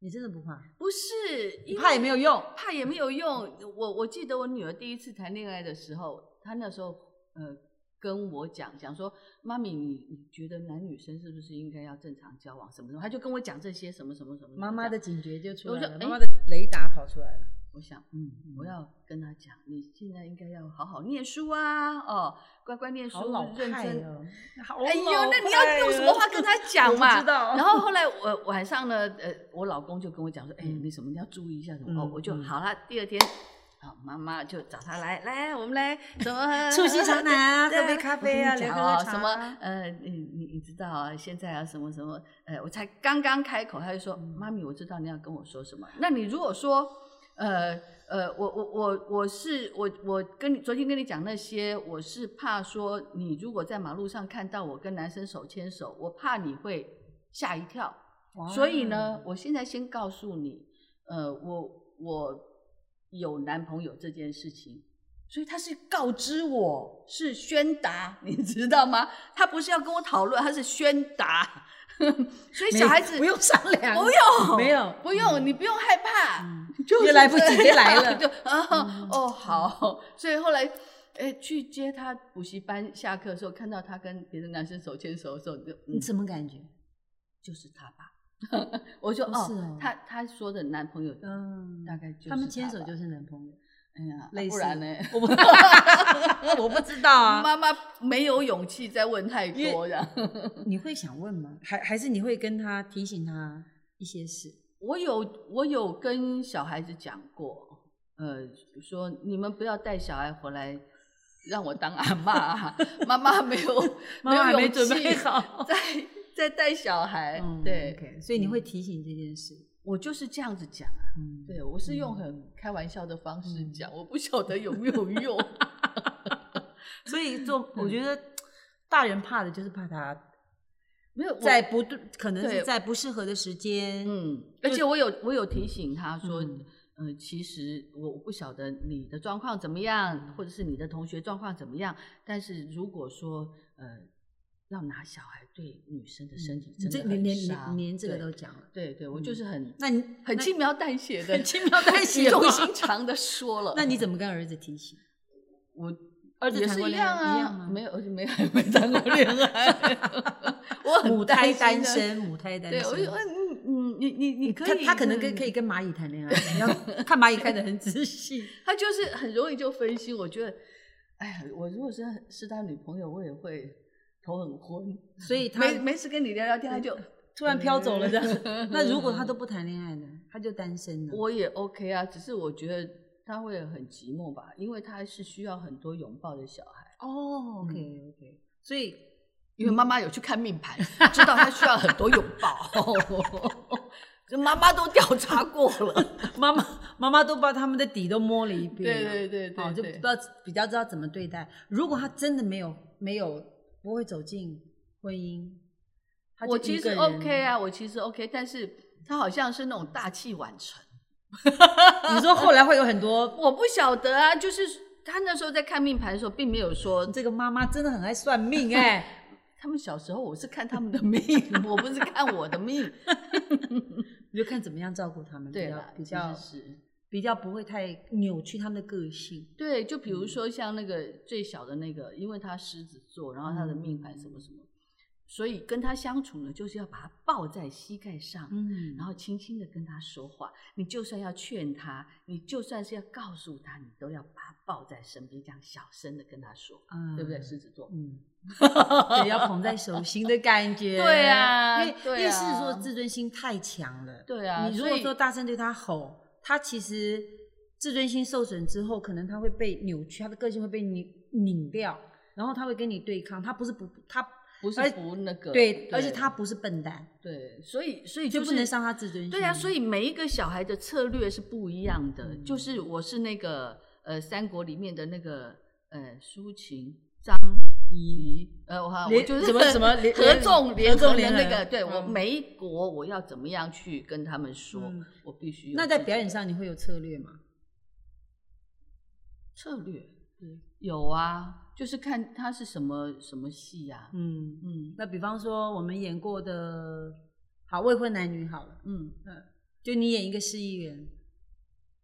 A: 你真的不怕？
B: 不是
A: 你怕也没有，用。
B: 因为怕也没有用。我我记得我女儿第一次谈恋爱的时候，她那时候呃跟我讲讲说，妈咪，你你觉得男女生是不是应该要正常交往什么什么？她就跟我讲这些什么什么什么。
A: 妈妈
B: 这
A: 的
B: 样，
A: 警觉就出
B: 我
A: 来
B: 就
A: 了，
B: 哎
A: 妈妈的雷达跑出来了。
B: 我想
A: 嗯，
B: 我要跟她讲，你现在应该要好好念书啊，哦，乖乖念书
A: 好老，
B: 认
A: 派
B: 真。
A: 哦。好
B: 哎呦，
A: 老
B: 那你要用什么
A: 派
B: 话
A: 哦
B: 跟她讲嘛？
A: 我不知道。
B: 然后后来我晚上呢，呃，我老公就跟我讲说，哎、
A: 嗯
B: 你什么你要注意一下什么、
A: 嗯
B: 哦，我就
A: 嗯
B: 好了。第二天，啊、妈妈就找他来，来，我们来什么
A: 促膝长谈啊，
B: 对
A: 喝杯咖啡啊，
B: 我跟你
A: 聊
B: 讲
A: 喝
B: 哦
A: 喝茶啊。
B: 什么呃，你你你知道啊，现在啊什么什么，呃，我才刚刚开口，他就说，
A: 嗯
B: 妈咪，我知道你要跟我说什么。那你如果说，呃呃，我我我我是我我跟你昨天跟你讲那些，我是怕说你如果在马路上看到我跟男生手牵手，我怕你会吓一跳。
A: 哇？
B: 所以
A: 哦
B: 呢，我现在先告诉你，呃，我我有男朋友这件事情，所以他是告知我，是宣达， 你知道吗？他不是要跟我讨论，他是宣达。 所以
A: 没，
B: 小孩子
A: 不用商量，
B: 不用
A: 没有
B: 不用，你不用害怕，
A: 嗯
B: 就是
A: 也来不及
B: 这样
A: 也来了
B: 就啊、
A: 嗯
B: 哦好，所以后来。哎，去接他补习班下课的时候，看到他跟别的男生手牵手的时候，你就、嗯
A: 你、什么感觉？
B: 就是他吧。 我说
A: 哦
B: 哦，
A: 是哦
B: 他他说的男朋友
A: 嗯，
B: 大概就是
A: 他们
B: 他
A: 牵手
B: 吧
A: 就是男朋友，
B: 哎呀，啊
A: 类
B: 不
A: 似
B: 然呢？
A: 我不我不知道 啊。
B: 妈妈没有勇气再问太
A: 因
B: 多
A: 为
B: 的。
A: 你会想问吗？还还是你会跟他提醒他一些事？
B: 我有我有跟小孩子讲过，呃，说你们不要带小孩回来让我当阿妈、啊 妈妈没有
A: 妈妈还
B: 有
A: 没
B: 勇
A: 准备
B: 气
A: 好
B: 再再带小孩。
A: 嗯
B: 对
A: OK，所以你会
B: 嗯
A: 提醒这件事。
B: 我就是这样子讲啊。
A: 嗯，
B: 对，我是用很开玩笑的方式
A: 嗯
B: 讲，我不晓得有没 有用。
A: 所以 做我觉得大人怕的就是怕他
B: 没有我
A: 在不对，可能
B: 对
A: 是在不适合的时间。
B: 嗯，而且我有我有提醒他说，
A: 嗯
B: 呃，其实我我不晓得你的状况怎么样，或者是你的同学状况怎么样，但是如果说呃要拿小孩对女生的身体
A: 你
B: 真的
A: 这连
B: 很
A: 连
B: 伤
A: 连连这个
B: 对
A: 都讲了，
B: 对对，我就是很
A: 那 你
B: 嗯很轻描淡 写的、
A: 很轻描淡写吗
B: 语重心长的说了。
A: 那你怎么跟儿子提醒？
B: 我
A: 儿子
B: 也
A: 谈
B: 是
A: 过
B: 一
A: 恋
B: 样
A: 爱一样吗
B: 啊，没有， 而且没还没谈过恋爱， 我 很
A: 母胎
B: 担
A: 单
B: 心啊。
A: 身，母胎单
B: 对，
A: 身。
B: 我就嗯嗯，你你你可
A: 他
B: 以，
A: 他可能跟
B: 嗯
A: 可以跟蚂蚁谈恋爱， 你要看蚂蚁看得很仔细。
B: 他就是很容易就分析。我觉得，哎呀，我如果是是他女朋友，我也会头很昏。
A: 所以他
B: 没没事跟你聊聊天，他就
A: 突然飘走了这样。那如果他都不谈恋爱呢？他就单身了。
B: 嗯我也 OK 啊，只是我觉得他会很寂寞吧，因为他是需要很多拥抱的小孩。嗯
A: 哦，OK OK，所以
B: 因为妈妈有去看命盘，知道他需要很多拥抱。这妈妈都调查过了，
A: 妈妈妈妈都把他们的底都摸了一遍了，
B: 对对对对
A: 哦，就
B: 对
A: 知道比较知道怎么对待。如果他真的没有没有不会走进婚姻，他就
B: 我其
A: 一
B: 实
A: 个人
B: OK 啊，我其实 OK，但是他好像是那种大器晚成。
A: 你说后来会有很多
B: 我不晓得啊，就是他那时候在看命盘的时候，并没有说
A: 这个妈妈真的很爱算命哎、
B: 他们小时候，我是看他们的命， 我不是看我的命。
A: 你就看怎么样照顾他们，
B: 对
A: 比
B: 啦
A: 较，比
B: 其
A: 较
B: 实是，
A: 比较不会太扭曲他们的个性。
B: 对，就比如说像那个最小的那个，因为他狮子座，然后他的命盘什么什么，
A: 嗯
B: 所以跟他相处呢，就是要把他抱在膝盖上，
A: 嗯
B: 然后轻轻的跟他说话。你就算要劝他，你就算是要告诉他，你都要把他抱在身边，这样小声的跟他说，
A: 啊
B: 对不对？狮子座，
A: 嗯，对，要捧在手心的感觉。
B: 对啊
A: 因为
B: 对啊
A: 因为狮子座自尊心太强了。
B: 对啊
A: 你如
B: 所
A: 果
B: 以
A: 说大声对他吼，他其实自尊心受损之后，可能他会被扭曲，他的个性会被拧拧掉，然后他会跟你对抗。他不是不他
B: 不是
A: 而
B: 不那个，
A: 对，而且他不是笨蛋，
B: 对，所以所以
A: 就
B: 就
A: 不能
B: 是
A: 伤他自尊心。
B: 对呀、啊所以每一个小孩的策略是不一样的。
A: 嗯
B: 就是我是那个呃三国里面的那个呃苏秦
A: 以
B: 仪，呃我好我
A: 联
B: 就是
A: 嗯什么什 么联
B: 合纵联
A: 合
B: 合
A: 纵
B: 的
A: 联
B: 那
A: 合
B: 个，对我
A: 嗯
B: 每一国我要怎么样去跟他们说，
A: 嗯
B: 我必须有
A: 那在
B: 自己
A: 表演上你会有策略吗？
B: 策略，有啊，就是看他是什么什么戏呀、
A: 嗯，
B: 嗯
A: 那比方说我们演过的，好未婚男女好了，
B: 嗯
A: 就你演一个市议员，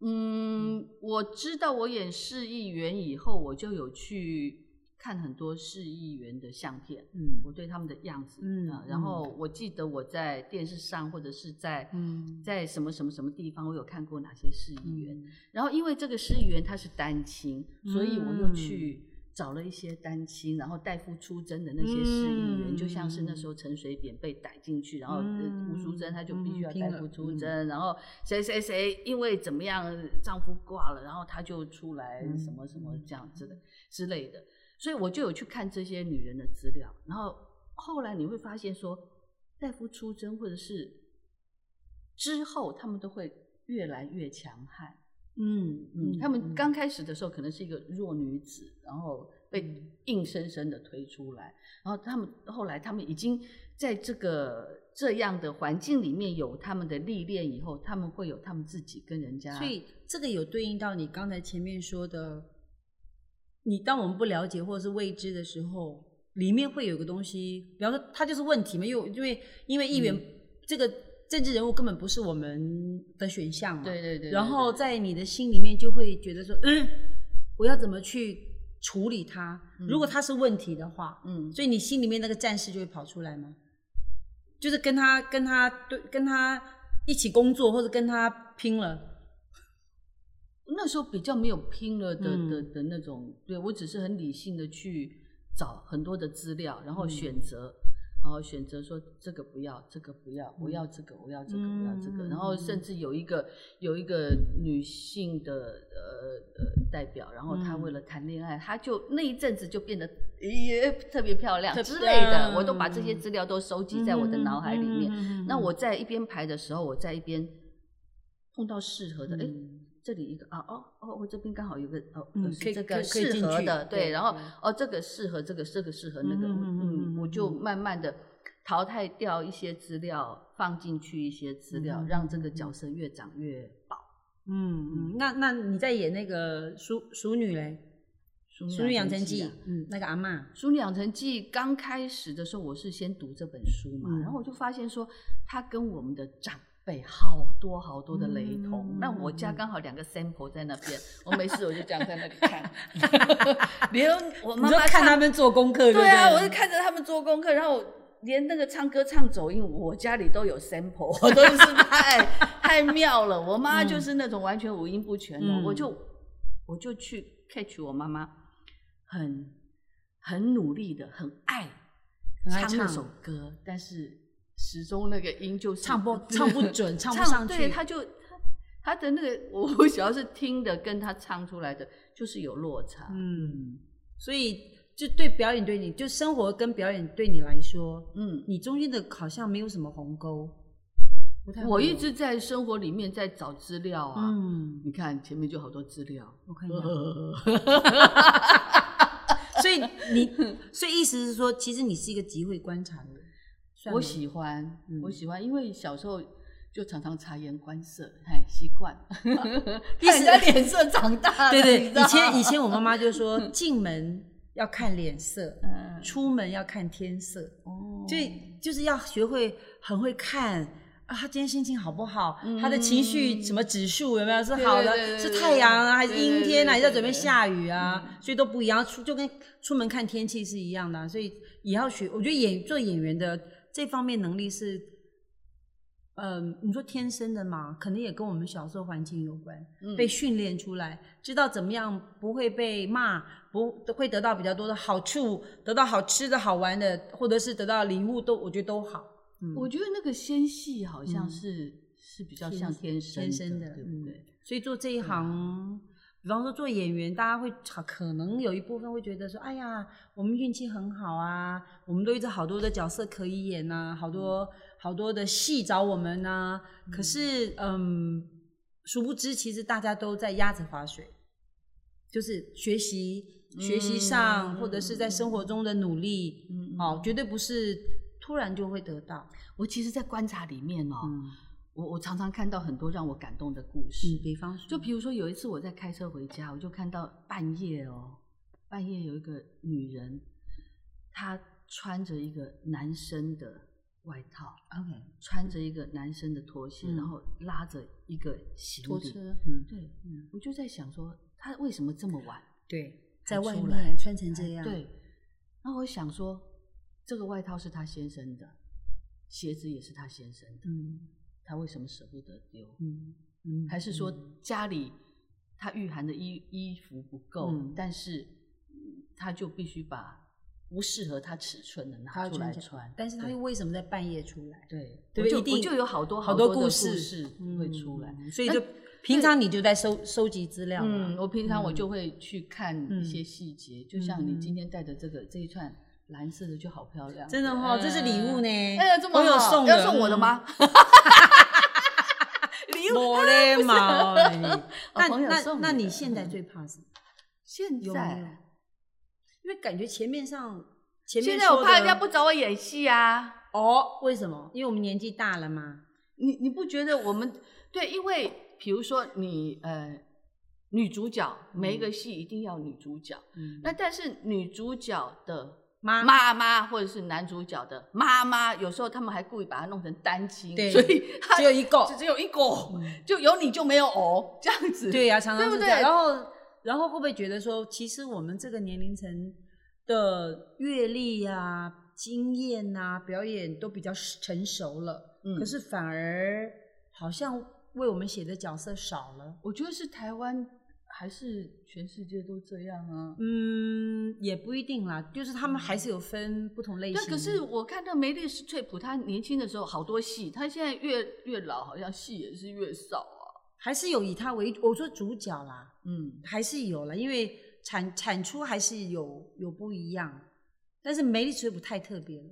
B: 嗯，我知道我演市议员以后，我就有去看很多市议员的相片。
A: 嗯
B: 我对他们的样子，
A: 嗯
B: 嗯、然
A: 嗯
B: 后我记得我在电视上或者是在、
A: 嗯，
B: 在什么什么什么地方，我有看过哪些市议员。然后因为这个市议员他是单亲，所以我
A: 嗯
B: 又去找了一些单亲，然后代父出征的那些市议员，
A: 嗯
B: 就像是那时候陈水扁被逮进去，然后
A: 嗯
B: 呃吴淑珍她就必须要
A: 嗯拼了
B: 代父出征，然后谁谁谁因为怎么样丈夫挂了，然后她就出来
A: 嗯
B: 什么什么这样子的之类的，所以我就有去看这些女人的资料，然后后来你会发现说，代父出征或者是之后他们都会越来越强悍。
A: 嗯
B: 嗯，他们
A: 嗯
B: 刚开始的时候可能是一个弱女子，然后被
A: 嗯
B: 硬生生的推出来，然后他们后来他们已经在这个这样的环境里面有他们的历练以后，他们会有他们自己跟人家，
A: 所以这个有对应到你刚才前面说的，你当我们不了解或者是未知的时候，里面会有一个东西，比方说它就是问题嘛，因为因为因为议员、
B: 嗯
A: 这个政治人物根本不是我们的选项嘛，
B: 对对对对
A: 然后
B: 对
A: 在你的心里面就会觉得说，嗯，我要怎么去处理它？如果它是问题的话，
B: 嗯，
A: 所以你心里面那个战士就会跑出来吗？就是跟他跟他对跟他一起工作，或者跟他拼了。
B: 那时候比较没有拼了的、
A: 嗯
B: 的的那种，对我只是很理性的去找很多的资料，然后
A: 嗯
B: 选择，然后选择说这个不要，这个不要，我要这个，我要这个，我要这个，
A: 嗯
B: 然后甚至有一个有一个女性的呃呃代表，然后她
A: 嗯
B: 为了谈恋爱，她就那一阵子就变得诶特别漂亮
A: 特
B: 之类的，
A: 嗯
B: 我都把这些资料都收集在我的脑海里面。
A: 面
B: 那我在一边排的时候，我在一边碰到适合的，
A: 哎
B: 诶。这里一个啊哦哦，我这边刚好有个哦，
A: 嗯
B: 呃
A: 可以
B: 是这
A: 可
B: 个
A: 以可以
B: 适
A: 进
B: 合
A: 去
B: 的，
A: 对
B: 对，然后
A: 对
B: 哦这个适合这个，这个适合那
A: 嗯
B: 个，我
A: 嗯嗯嗯
B: 嗯，我就
A: 嗯
B: 慢慢的淘汰掉一些资料，放进去一些资料
A: 嗯，
B: 让这个角色越长越饱。
A: 嗯嗯，那那你在演那个熟熟女嘞？
B: 淑
A: 淑女养成
B: 记》
A: 记
B: 啊。》，
A: 嗯，那个阿嬷，
B: 《淑女养成记》刚开始的时候，我是先读这本书嘛，
A: 嗯
B: 然后我就发现说，它跟我们的长辈好多好多的雷同。
A: 嗯
B: 那我家刚好两个 sample 在那边，我没事我就这样在那里 看， 连我妈
A: 你就
B: 妈
A: 看
B: 唱
A: 他们做功课就
B: 对
A: 对
B: 啊，我
A: 了
B: 是看着他们做功课，然后连那个唱歌唱走音，我家里都有 sample，我 都是太太妙了。我妈就是那种完全五音不全的，
A: 嗯
B: 我就我就去 catch 我妈妈，很很努力的，很爱
A: 很爱
B: 唱那
A: 唱
B: 首歌，但是始终那个音就是
A: 唱不 唱不 准，唱不
B: 唱
A: 上
B: 对，
A: 去。
B: 他就他他的那个， 我我主要是听的跟他唱出来的就是有落差。
A: 嗯，所以就对表演对你，就生活跟表演对你来说，
B: 嗯，
A: 你中间的好像没有什么鸿沟。不太会
B: 我一
A: 有
B: 直在生活里面在找资料啊，
A: 啊嗯，
B: 你看前面就好多资料。
A: 我看一下。 所以你，所以意思是说，其实你是一个极会观察的人。算
B: 我
A: 吗
B: 喜欢，
A: 嗯
B: 我喜欢，因为小时候就常常察言观色，哎，习 惯， 看人家脸色长大的。
A: 对对，
B: 你知
A: 以
B: 道
A: 前以前我妈妈就说， 进门要看脸色，
B: 嗯，
A: 出门要看天色。
B: 哦
A: 就就是要学会很会看啊，他今天心情好不好，
B: 嗯
A: 他的情绪什么指数有没有是
B: 对
A: 好
B: 对
A: 的，
B: 对对
A: 是
B: 对
A: 太阳啊还是
B: 对对
A: 阴天啊，还
B: 对
A: 是
B: 对嗯
A: 要准备
B: 对
A: 下雨啊，所以都不一样，出就跟出门看天气是一样的啊、所以也要学。我觉得演做演员的这方面能力是。嗯，你说天生的嘛，可能也跟我们小时候环境有关。
B: 嗯
A: 被训练出来，知道怎么样不会被骂，不会得到比较多的好处，得到好吃的好玩的，或者是得到礼物都，我觉得都好。嗯，
B: 哦我觉得那个纤细好像
A: 嗯
B: 是、是比较像天生
A: 天生的嗯
B: 对不对？
A: 所以做这一行，比方说做演员，大家会好可能有一部分会觉得说，哎呀，我们运气很好啊，我们都一直好多的角色可以演呐、好
B: 嗯
A: 多好多的戏找我们呐、可是，嗯，殊不知其实大家都在鸭子划水，就是学习学习上，
B: 嗯
A: 或者是在生活中的努力，
B: 嗯
A: 哦，绝对不是突然就会得到。
B: 我其实，在观察里面哦，
A: 嗯
B: 我我常常看到很多让我感动的故事。
A: 嗯，比方说，
B: 就比如说有一次我在开车回家，我就看到半夜哦，半夜有一个女人，她穿着一个男生的外套，
A: OK
B: 穿着一个男生的拖鞋，
A: 嗯
B: 然后拉着一个行李
A: 拖车，。嗯，
B: 对，
A: 嗯
B: 我就在想说，她为什么这么晚？
A: 对，
B: 才
A: 在外
B: 出
A: 面
B: 来
A: 穿成这样，
B: 对，然后我想说，这个外套是她先生的，鞋子也是她先生的，
A: 嗯，
B: 她为什么舍不得丢？
A: 嗯嗯，
B: 还是说
A: 嗯
B: 家里他御寒的衣衣服不够，
A: 嗯
B: 但是嗯他就必须把不适合他尺寸的
A: 他
B: 拿
A: 要
B: 出来
A: 起来
B: 穿，
A: 但是他
B: 对
A: 又为什么在半夜出来？
B: 对，
A: 对
B: 我就
A: 一定
B: 我就有好多
A: 好
B: 多
A: 多
B: 的
A: 故
B: 事
A: 事
B: 会出来。
A: 嗯所以
B: 那
A: 就平常你就在收收集资料嘛，
B: 嗯，我平常我
A: 嗯
B: 就会去看一些
A: 嗯
B: 细节，就像你
A: 嗯
B: 今天戴的这个这一串蓝色的就好漂亮，
A: 真的哦，这是礼物
B: 嗯。
A: 呢，
B: 哎呀，这么
A: 我有
B: 好
A: 送
B: 要
A: 的
B: 送我 的？吗？
A: 礼物我 嘞嘛，那
B: 朋友
A: 那
B: 送
A: 那
B: 你的
A: 你现在最怕什么？
B: 现
A: 有没有
B: 在？
A: 因为感觉前面上前面
B: 现在我
A: 说
B: 怕
A: 的
B: 人家不找我演戏啊。
A: 哦，为什么？因为我们年纪大了嘛，
B: 你你不觉得我们对？因为比如说你呃，女主角每一个戏一定要女主角，
A: 嗯，
B: 那但是女主角的
A: 妈
B: 妈妈或者是男主角的妈妈，有时候他们还故意把它弄成单亲，
A: 对
B: 所以他
A: 只有一个
B: 就， 只有一个，
A: 嗯
B: 就有你就没有哦，这样子。
A: 对呀、常常
B: 对
A: 是
B: 不
A: 这样。
B: 对
A: 然后，然后会不会觉得说，其实我们这个年龄层的阅历啊、经验啊、表演都比较成熟了，
B: 嗯
A: 可是反而好像为我们写的角色少了。
B: 我觉得是台湾还是全世界都这样啊。
A: 嗯，也不一定啦，就是他们还是有分不同类型。
B: 对，嗯可是我看到梅丽史翠普，她年轻的时候好多戏，她现在越越老，好像戏也是越少啊。
A: 还是有以他为我说主角啦，
B: 嗯，
A: 还是有啦，因为产产出还是有有不一样，但是梅丽史翠普太特别了，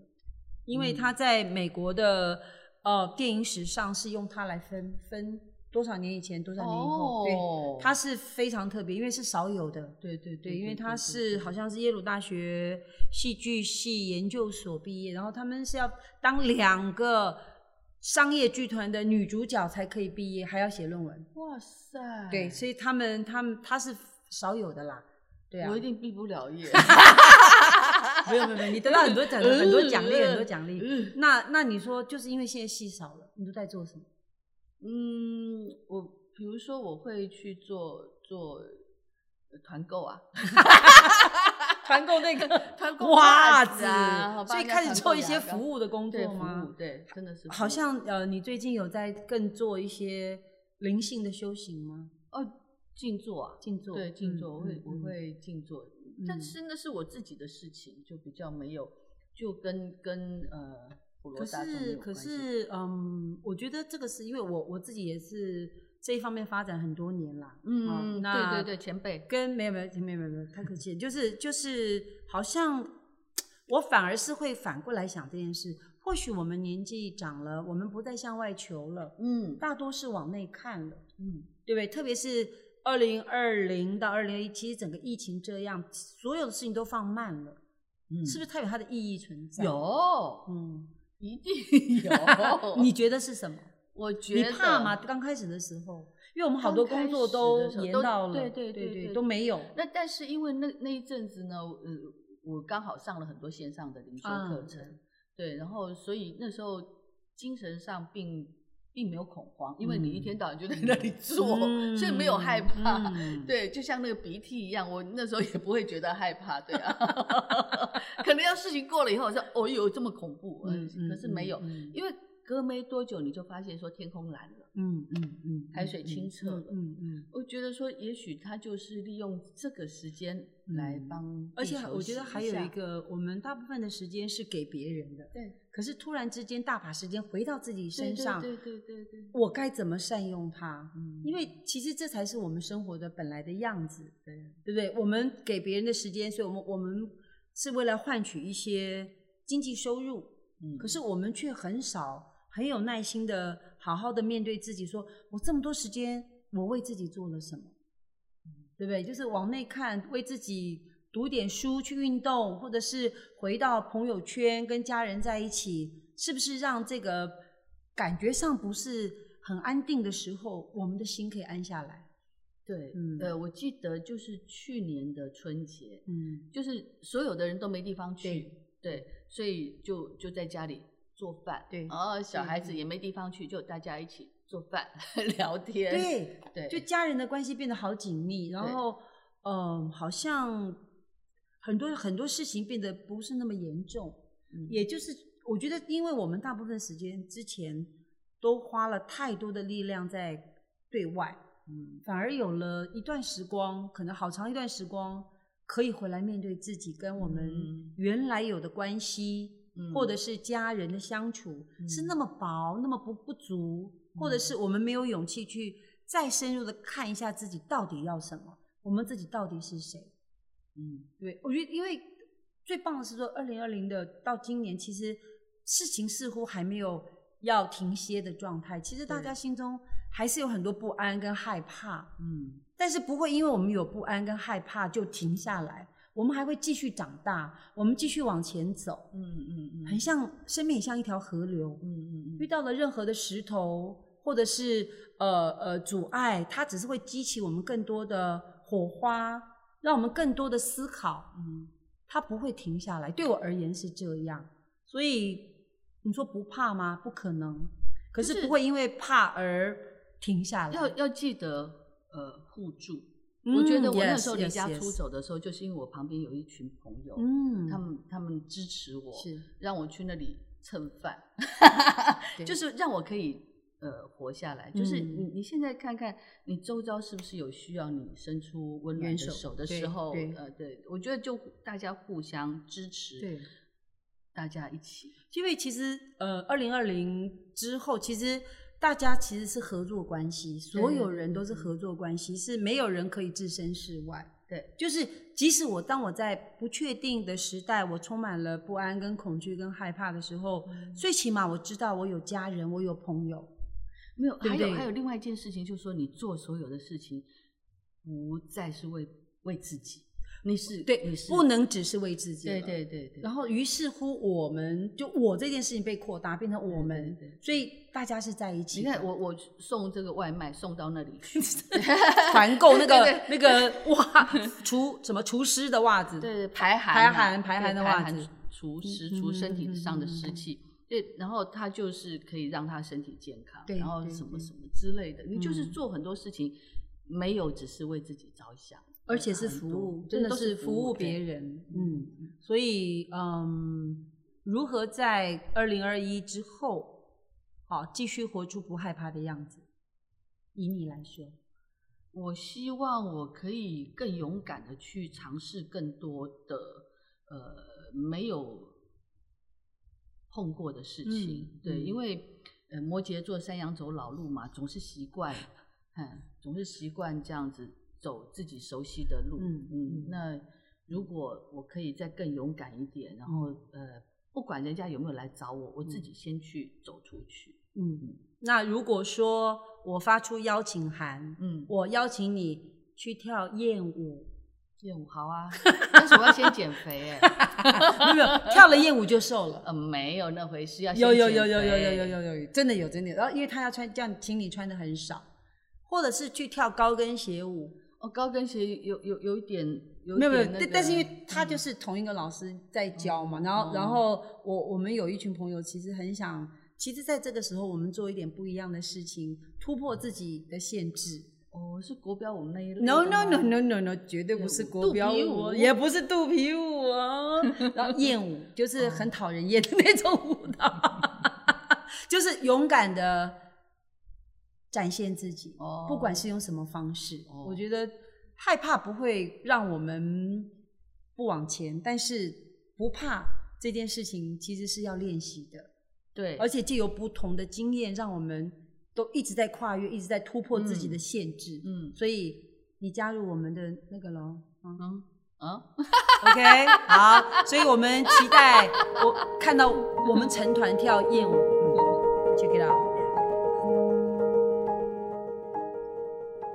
A: 因为
B: 嗯
A: 她在美国的、呃电影史上是用它来分分多少年以前多少年以后，
B: 哦
A: 对，它是非常特别，因为是少有的，
B: 对对
A: 对，因为他
B: 对
A: 是好像是耶鲁大学戏剧系研究所毕业，然后他们是要当两个商业剧团的女主角才可以毕业，还要写论文。哎
B: 哇塞，
A: 对，所以他们他们他是少有的啦。对啊
B: 我，一定毕不了业。
A: 没有没有没有，你得到很多奖很多奖励，很多奖励。
B: 嗯
A: 那那你说，就是因为现在戏少了，你都在做什么？
B: 嗯，我比如说我会去做做呃团购啊，
A: 团购那个
B: 团 购
A: 袜
B: 子啊，好吧
A: 所以
B: 人家
A: 开始
B: 团购
A: 做一些
B: 牙膏
A: 服务的工
B: 对
A: 作
B: 服
A: 吗
B: 务？对，真的是服
A: 好
B: 务
A: 像呃，你最近有在更做一些灵性的修行吗？
B: 哦静坐啊，
A: 静坐，
B: 对静坐，我会
A: 嗯
B: 我，会静坐，但
A: 嗯
B: 是那是我自己的事情，就比较没有，就跟跟呃
A: 嗯
B: 普罗
A: 可
B: 大众没
A: 是
B: 有
A: 可
B: 关系
A: 是，嗯，我觉得这个是因为我我自己也是这一方面发展很多年啦，啊
B: 嗯，对
A: 那
B: 对对，前辈，
A: 跟没有没有没有没有没有太客气了，就是就是好像我反而是会反过来想这件事。或许我们年纪长了，我们不再向外求了，
B: 嗯
A: 大多是往内看了，
B: 嗯
A: 对不对？特别是二零二零到二零一，其实整个疫情这样，所有的事情都放慢了，
B: 嗯，
A: 是不是它有它的意义存在？，
B: 有？
A: 嗯，
B: 一定有。
A: 你觉得是什么？
B: 我觉
A: 你
B: 得
A: 怕吗？？刚开始的时候，因为我们好多工作
B: 刚开始
A: 都
B: 的时候
A: 延
B: 都
A: 到了，
B: 对
A: 对
B: 对对对对
A: 都没 有。
B: 那但是因为那那一阵子呢，呃，我刚好上了很多线上的灵修
A: 嗯
B: 课程，对，然后所以那时候精神上并并没有恐慌，因为你一
A: 嗯
B: 天到晚就在那里做，所以没有害怕。
A: 嗯
B: 对，就像那个鼻涕一样，我那时候也不会觉得害怕，对啊。 可能要事情过了以后，我说哦有这么恐怖，嗯，可是没有，
A: 嗯
B: 因为隔没多久你就发现说天空蓝了。
A: 嗯嗯嗯，
B: 海水清澈了
A: 嗯嗯嗯，
B: 我觉得说，也许他就是利用这个时间来
A: 嗯
B: 帮地球洗一下、
A: 而且我觉得还有一个，我们大部分的时间是给别人的，
B: 对
A: 可是突然之间大把时间回到自己
B: 对
A: 身
B: 对
A: 上，
B: 对对对对，
A: 我该怎么善用它？
B: 嗯
A: 因为其实这才是我们生活的本来的样子，
B: 对
A: 对不对？我们给别人的时间，所以我们我们是为了换取一些经济收入，
B: 嗯
A: 可是我们却很少很有耐心的好好的面对自己说，我这么多时间，我为自己做了什么，对不对？就是往内看，为自己读点书，去运动，或者是回到朋友圈跟家人在一起，是不是让这个感觉上不是很安定的时候，我们的心可以安下来？
B: 对，
A: 嗯
B: 呃，我记得就是去年的春节，
A: 嗯
B: 就是所有的人都没地方去
A: 对，
B: 对，所以就就在家里做饭，
A: 对
B: 哦，小孩子
A: 对
B: 也没地方去，就大家一起做饭 聊天，
A: 对，
B: 对，
A: 就家人的关系变得好紧密，然后，嗯、好像很多很多事情变得不是那么严重。
B: 嗯
A: 也就是我觉得，因为我们大部分时间之前都花了太多的力量在对外，
B: 嗯
A: 反而有了一段时光，可能好长一段时光，可以回来面对自己跟我们
B: 嗯
A: 原来有的关系，
B: 嗯
A: 或者是家人的相处、
B: 嗯
A: 是那么薄，那么不不足，或者是我们没有勇气去再深入的看一下自己到底要什么，我们自己到底是谁？
B: 嗯
A: 对我觉得，因为最棒的是说，二零二零的到今年，其实事情似乎还没有要停歇的状态，其实大
B: 对
A: 家心中还是有很多不安跟害怕。
B: 嗯，
A: 但是不会因为我们有不安跟害怕就停下来，我们还会继续长大，我们继续往前走，
B: 嗯嗯嗯，
A: 很像生命很像一条河流，
B: 嗯嗯
A: 遇
B: 嗯，
A: 到了任何的石头或者是呃呃阻碍，它只是会激起我们更多的火花，让我们更多的思考，
B: 嗯
A: 它不会停下来。对我而言是这样，所以你说不怕吗？不可能，可
B: 就是
A: 是不会因为怕而停下来。
B: 要要记得呃互助。我觉得
A: 嗯
B: 我那
A: yes,
B: 时候离
A: yes,
B: 家
A: yes
B: 出走的时候，就是因为我旁边有一群朋友，
A: 嗯，
B: 他们他们支持我，
A: 是
B: 让我去那里蹭饭，
A: 对
B: 就是让我可以呃活下来。就是
A: 嗯
B: 你你现在看看，你周遭是不是有需要你伸出温暖
A: 援
B: 的
A: 手
B: 手的
A: 对
B: 时候，
A: 对
B: 呃，对我觉得就大家互相支持，
A: 对，
B: 大家一起，
A: 因为其实呃，二零二零之后，其实大家其实是合作关系，所有人
B: 嗯
A: 都是合作关系，是没有人可以置身事外。
B: 对，
A: 就是即使我当我在不确定的时代，我充满了不安、跟恐惧、跟害怕的时候，
B: 嗯
A: 最起码我知道我有家人，我有朋友。
B: 没有，
A: 对不
B: 还有
A: 对
B: 还有另外一件事情，就是说你做所有的事情，不再是为为自己，你是
A: 对，
B: 你是
A: 不能只是为自己了。
B: 对对对对，
A: 然后，于是乎，我们就我这件事情被扩大，变成我们，
B: 对对对
A: 所以大家是在一起
B: 你
A: 的。
B: 看我我送这个外卖送到那里 去，
A: 团购那个
B: 对
A: 那个袜厨什么厨师的袜子，
B: 对排寒
A: 排
B: 啊
A: 寒排
B: 对
A: 寒的袜子
B: 除湿
A: 嗯
B: 除
A: 嗯
B: 身体
A: 嗯
B: 上的
A: 嗯
B: 湿
A: 嗯
B: 气。对，然后它就是可以让他身体健康，
A: 对
B: 然后
A: 对
B: 什么
A: 对
B: 什么之类的，你就是
A: 嗯
B: 做很多事情，没有只是为自己着想，
A: 而且是
B: 很
A: 服
B: 多
A: 务，
B: 这
A: 真的
B: 都
A: 是
B: 是
A: 服务别
B: 人。
A: 人。嗯，所以嗯，如何在二零二一之后，好继续活出不害怕的样子？以你来说，
B: 我希望我可以更勇敢的去尝试更多的呃没有碰过的事情，
A: 嗯
B: 对，
A: 嗯
B: 因为呃摩羯座山羊走老路嘛，总是习惯，嗯，总是习惯这样子走自己熟悉的路，
A: 嗯嗯
B: 那如果我可以再更勇敢一点，然
A: 嗯
B: 后呃不管人家有没有来找我，我自己先去走出去，
A: 嗯，那如果说我发出邀请函，
B: 嗯，
A: 我邀请你去跳艳舞，
B: 练舞好啊，但是我要先减肥哎、
A: 没有没有跳了艳舞就瘦了。
B: 呃，没有那回事，要
A: 有
B: 先
A: 有
B: 减
A: 有有有有
B: 肥
A: 有有有有，真的有真的有。然后因为他要穿这样，请你穿的很少，或者是去跳高跟鞋舞，
B: 哦，高跟鞋有有有一点有一
A: 没有没有。
B: 点那
A: 但
B: 个嗯
A: 但是因为他就是同一个老师在教嘛，然后然后我我们有一群朋友其实很想，其实在这个时候我们做一点不一样的事情，突破自己的限制。
B: 哦是国标我们那一类
A: No
B: 的
A: no
B: 吗嗯
A: no no no no，绝对不是国标
B: 肚皮舞
A: 舞，也不是肚皮舞 哦。然后艳舞就是很讨人厌的那种舞蹈， 就是勇敢的展现自己，
B: 哦
A: 不管是用什么方式。
B: 哦
A: 我觉得害怕不会让我们不往前，但是不怕这件事情其实是要练习的，
B: 对，
A: 而且借由不同的经验，让我们都一直在跨越，一直在突破自己的限制。
B: 嗯
A: 所以你加入我们的那个喽。嗯
B: 嗯啊
A: OK，好，所以我们期待我看到我们成团跳艳舞。嗯，check it out。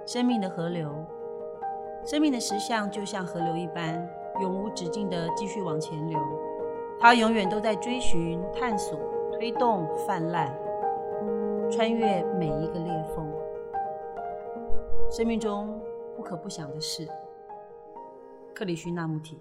A: 生命的河流，生命的石像就像河流一般，永无止境地继续往前流。它永远都在追寻、探索、推动、泛滥，穿越每一个裂缝。生命中不可不想的事。克里希那穆提。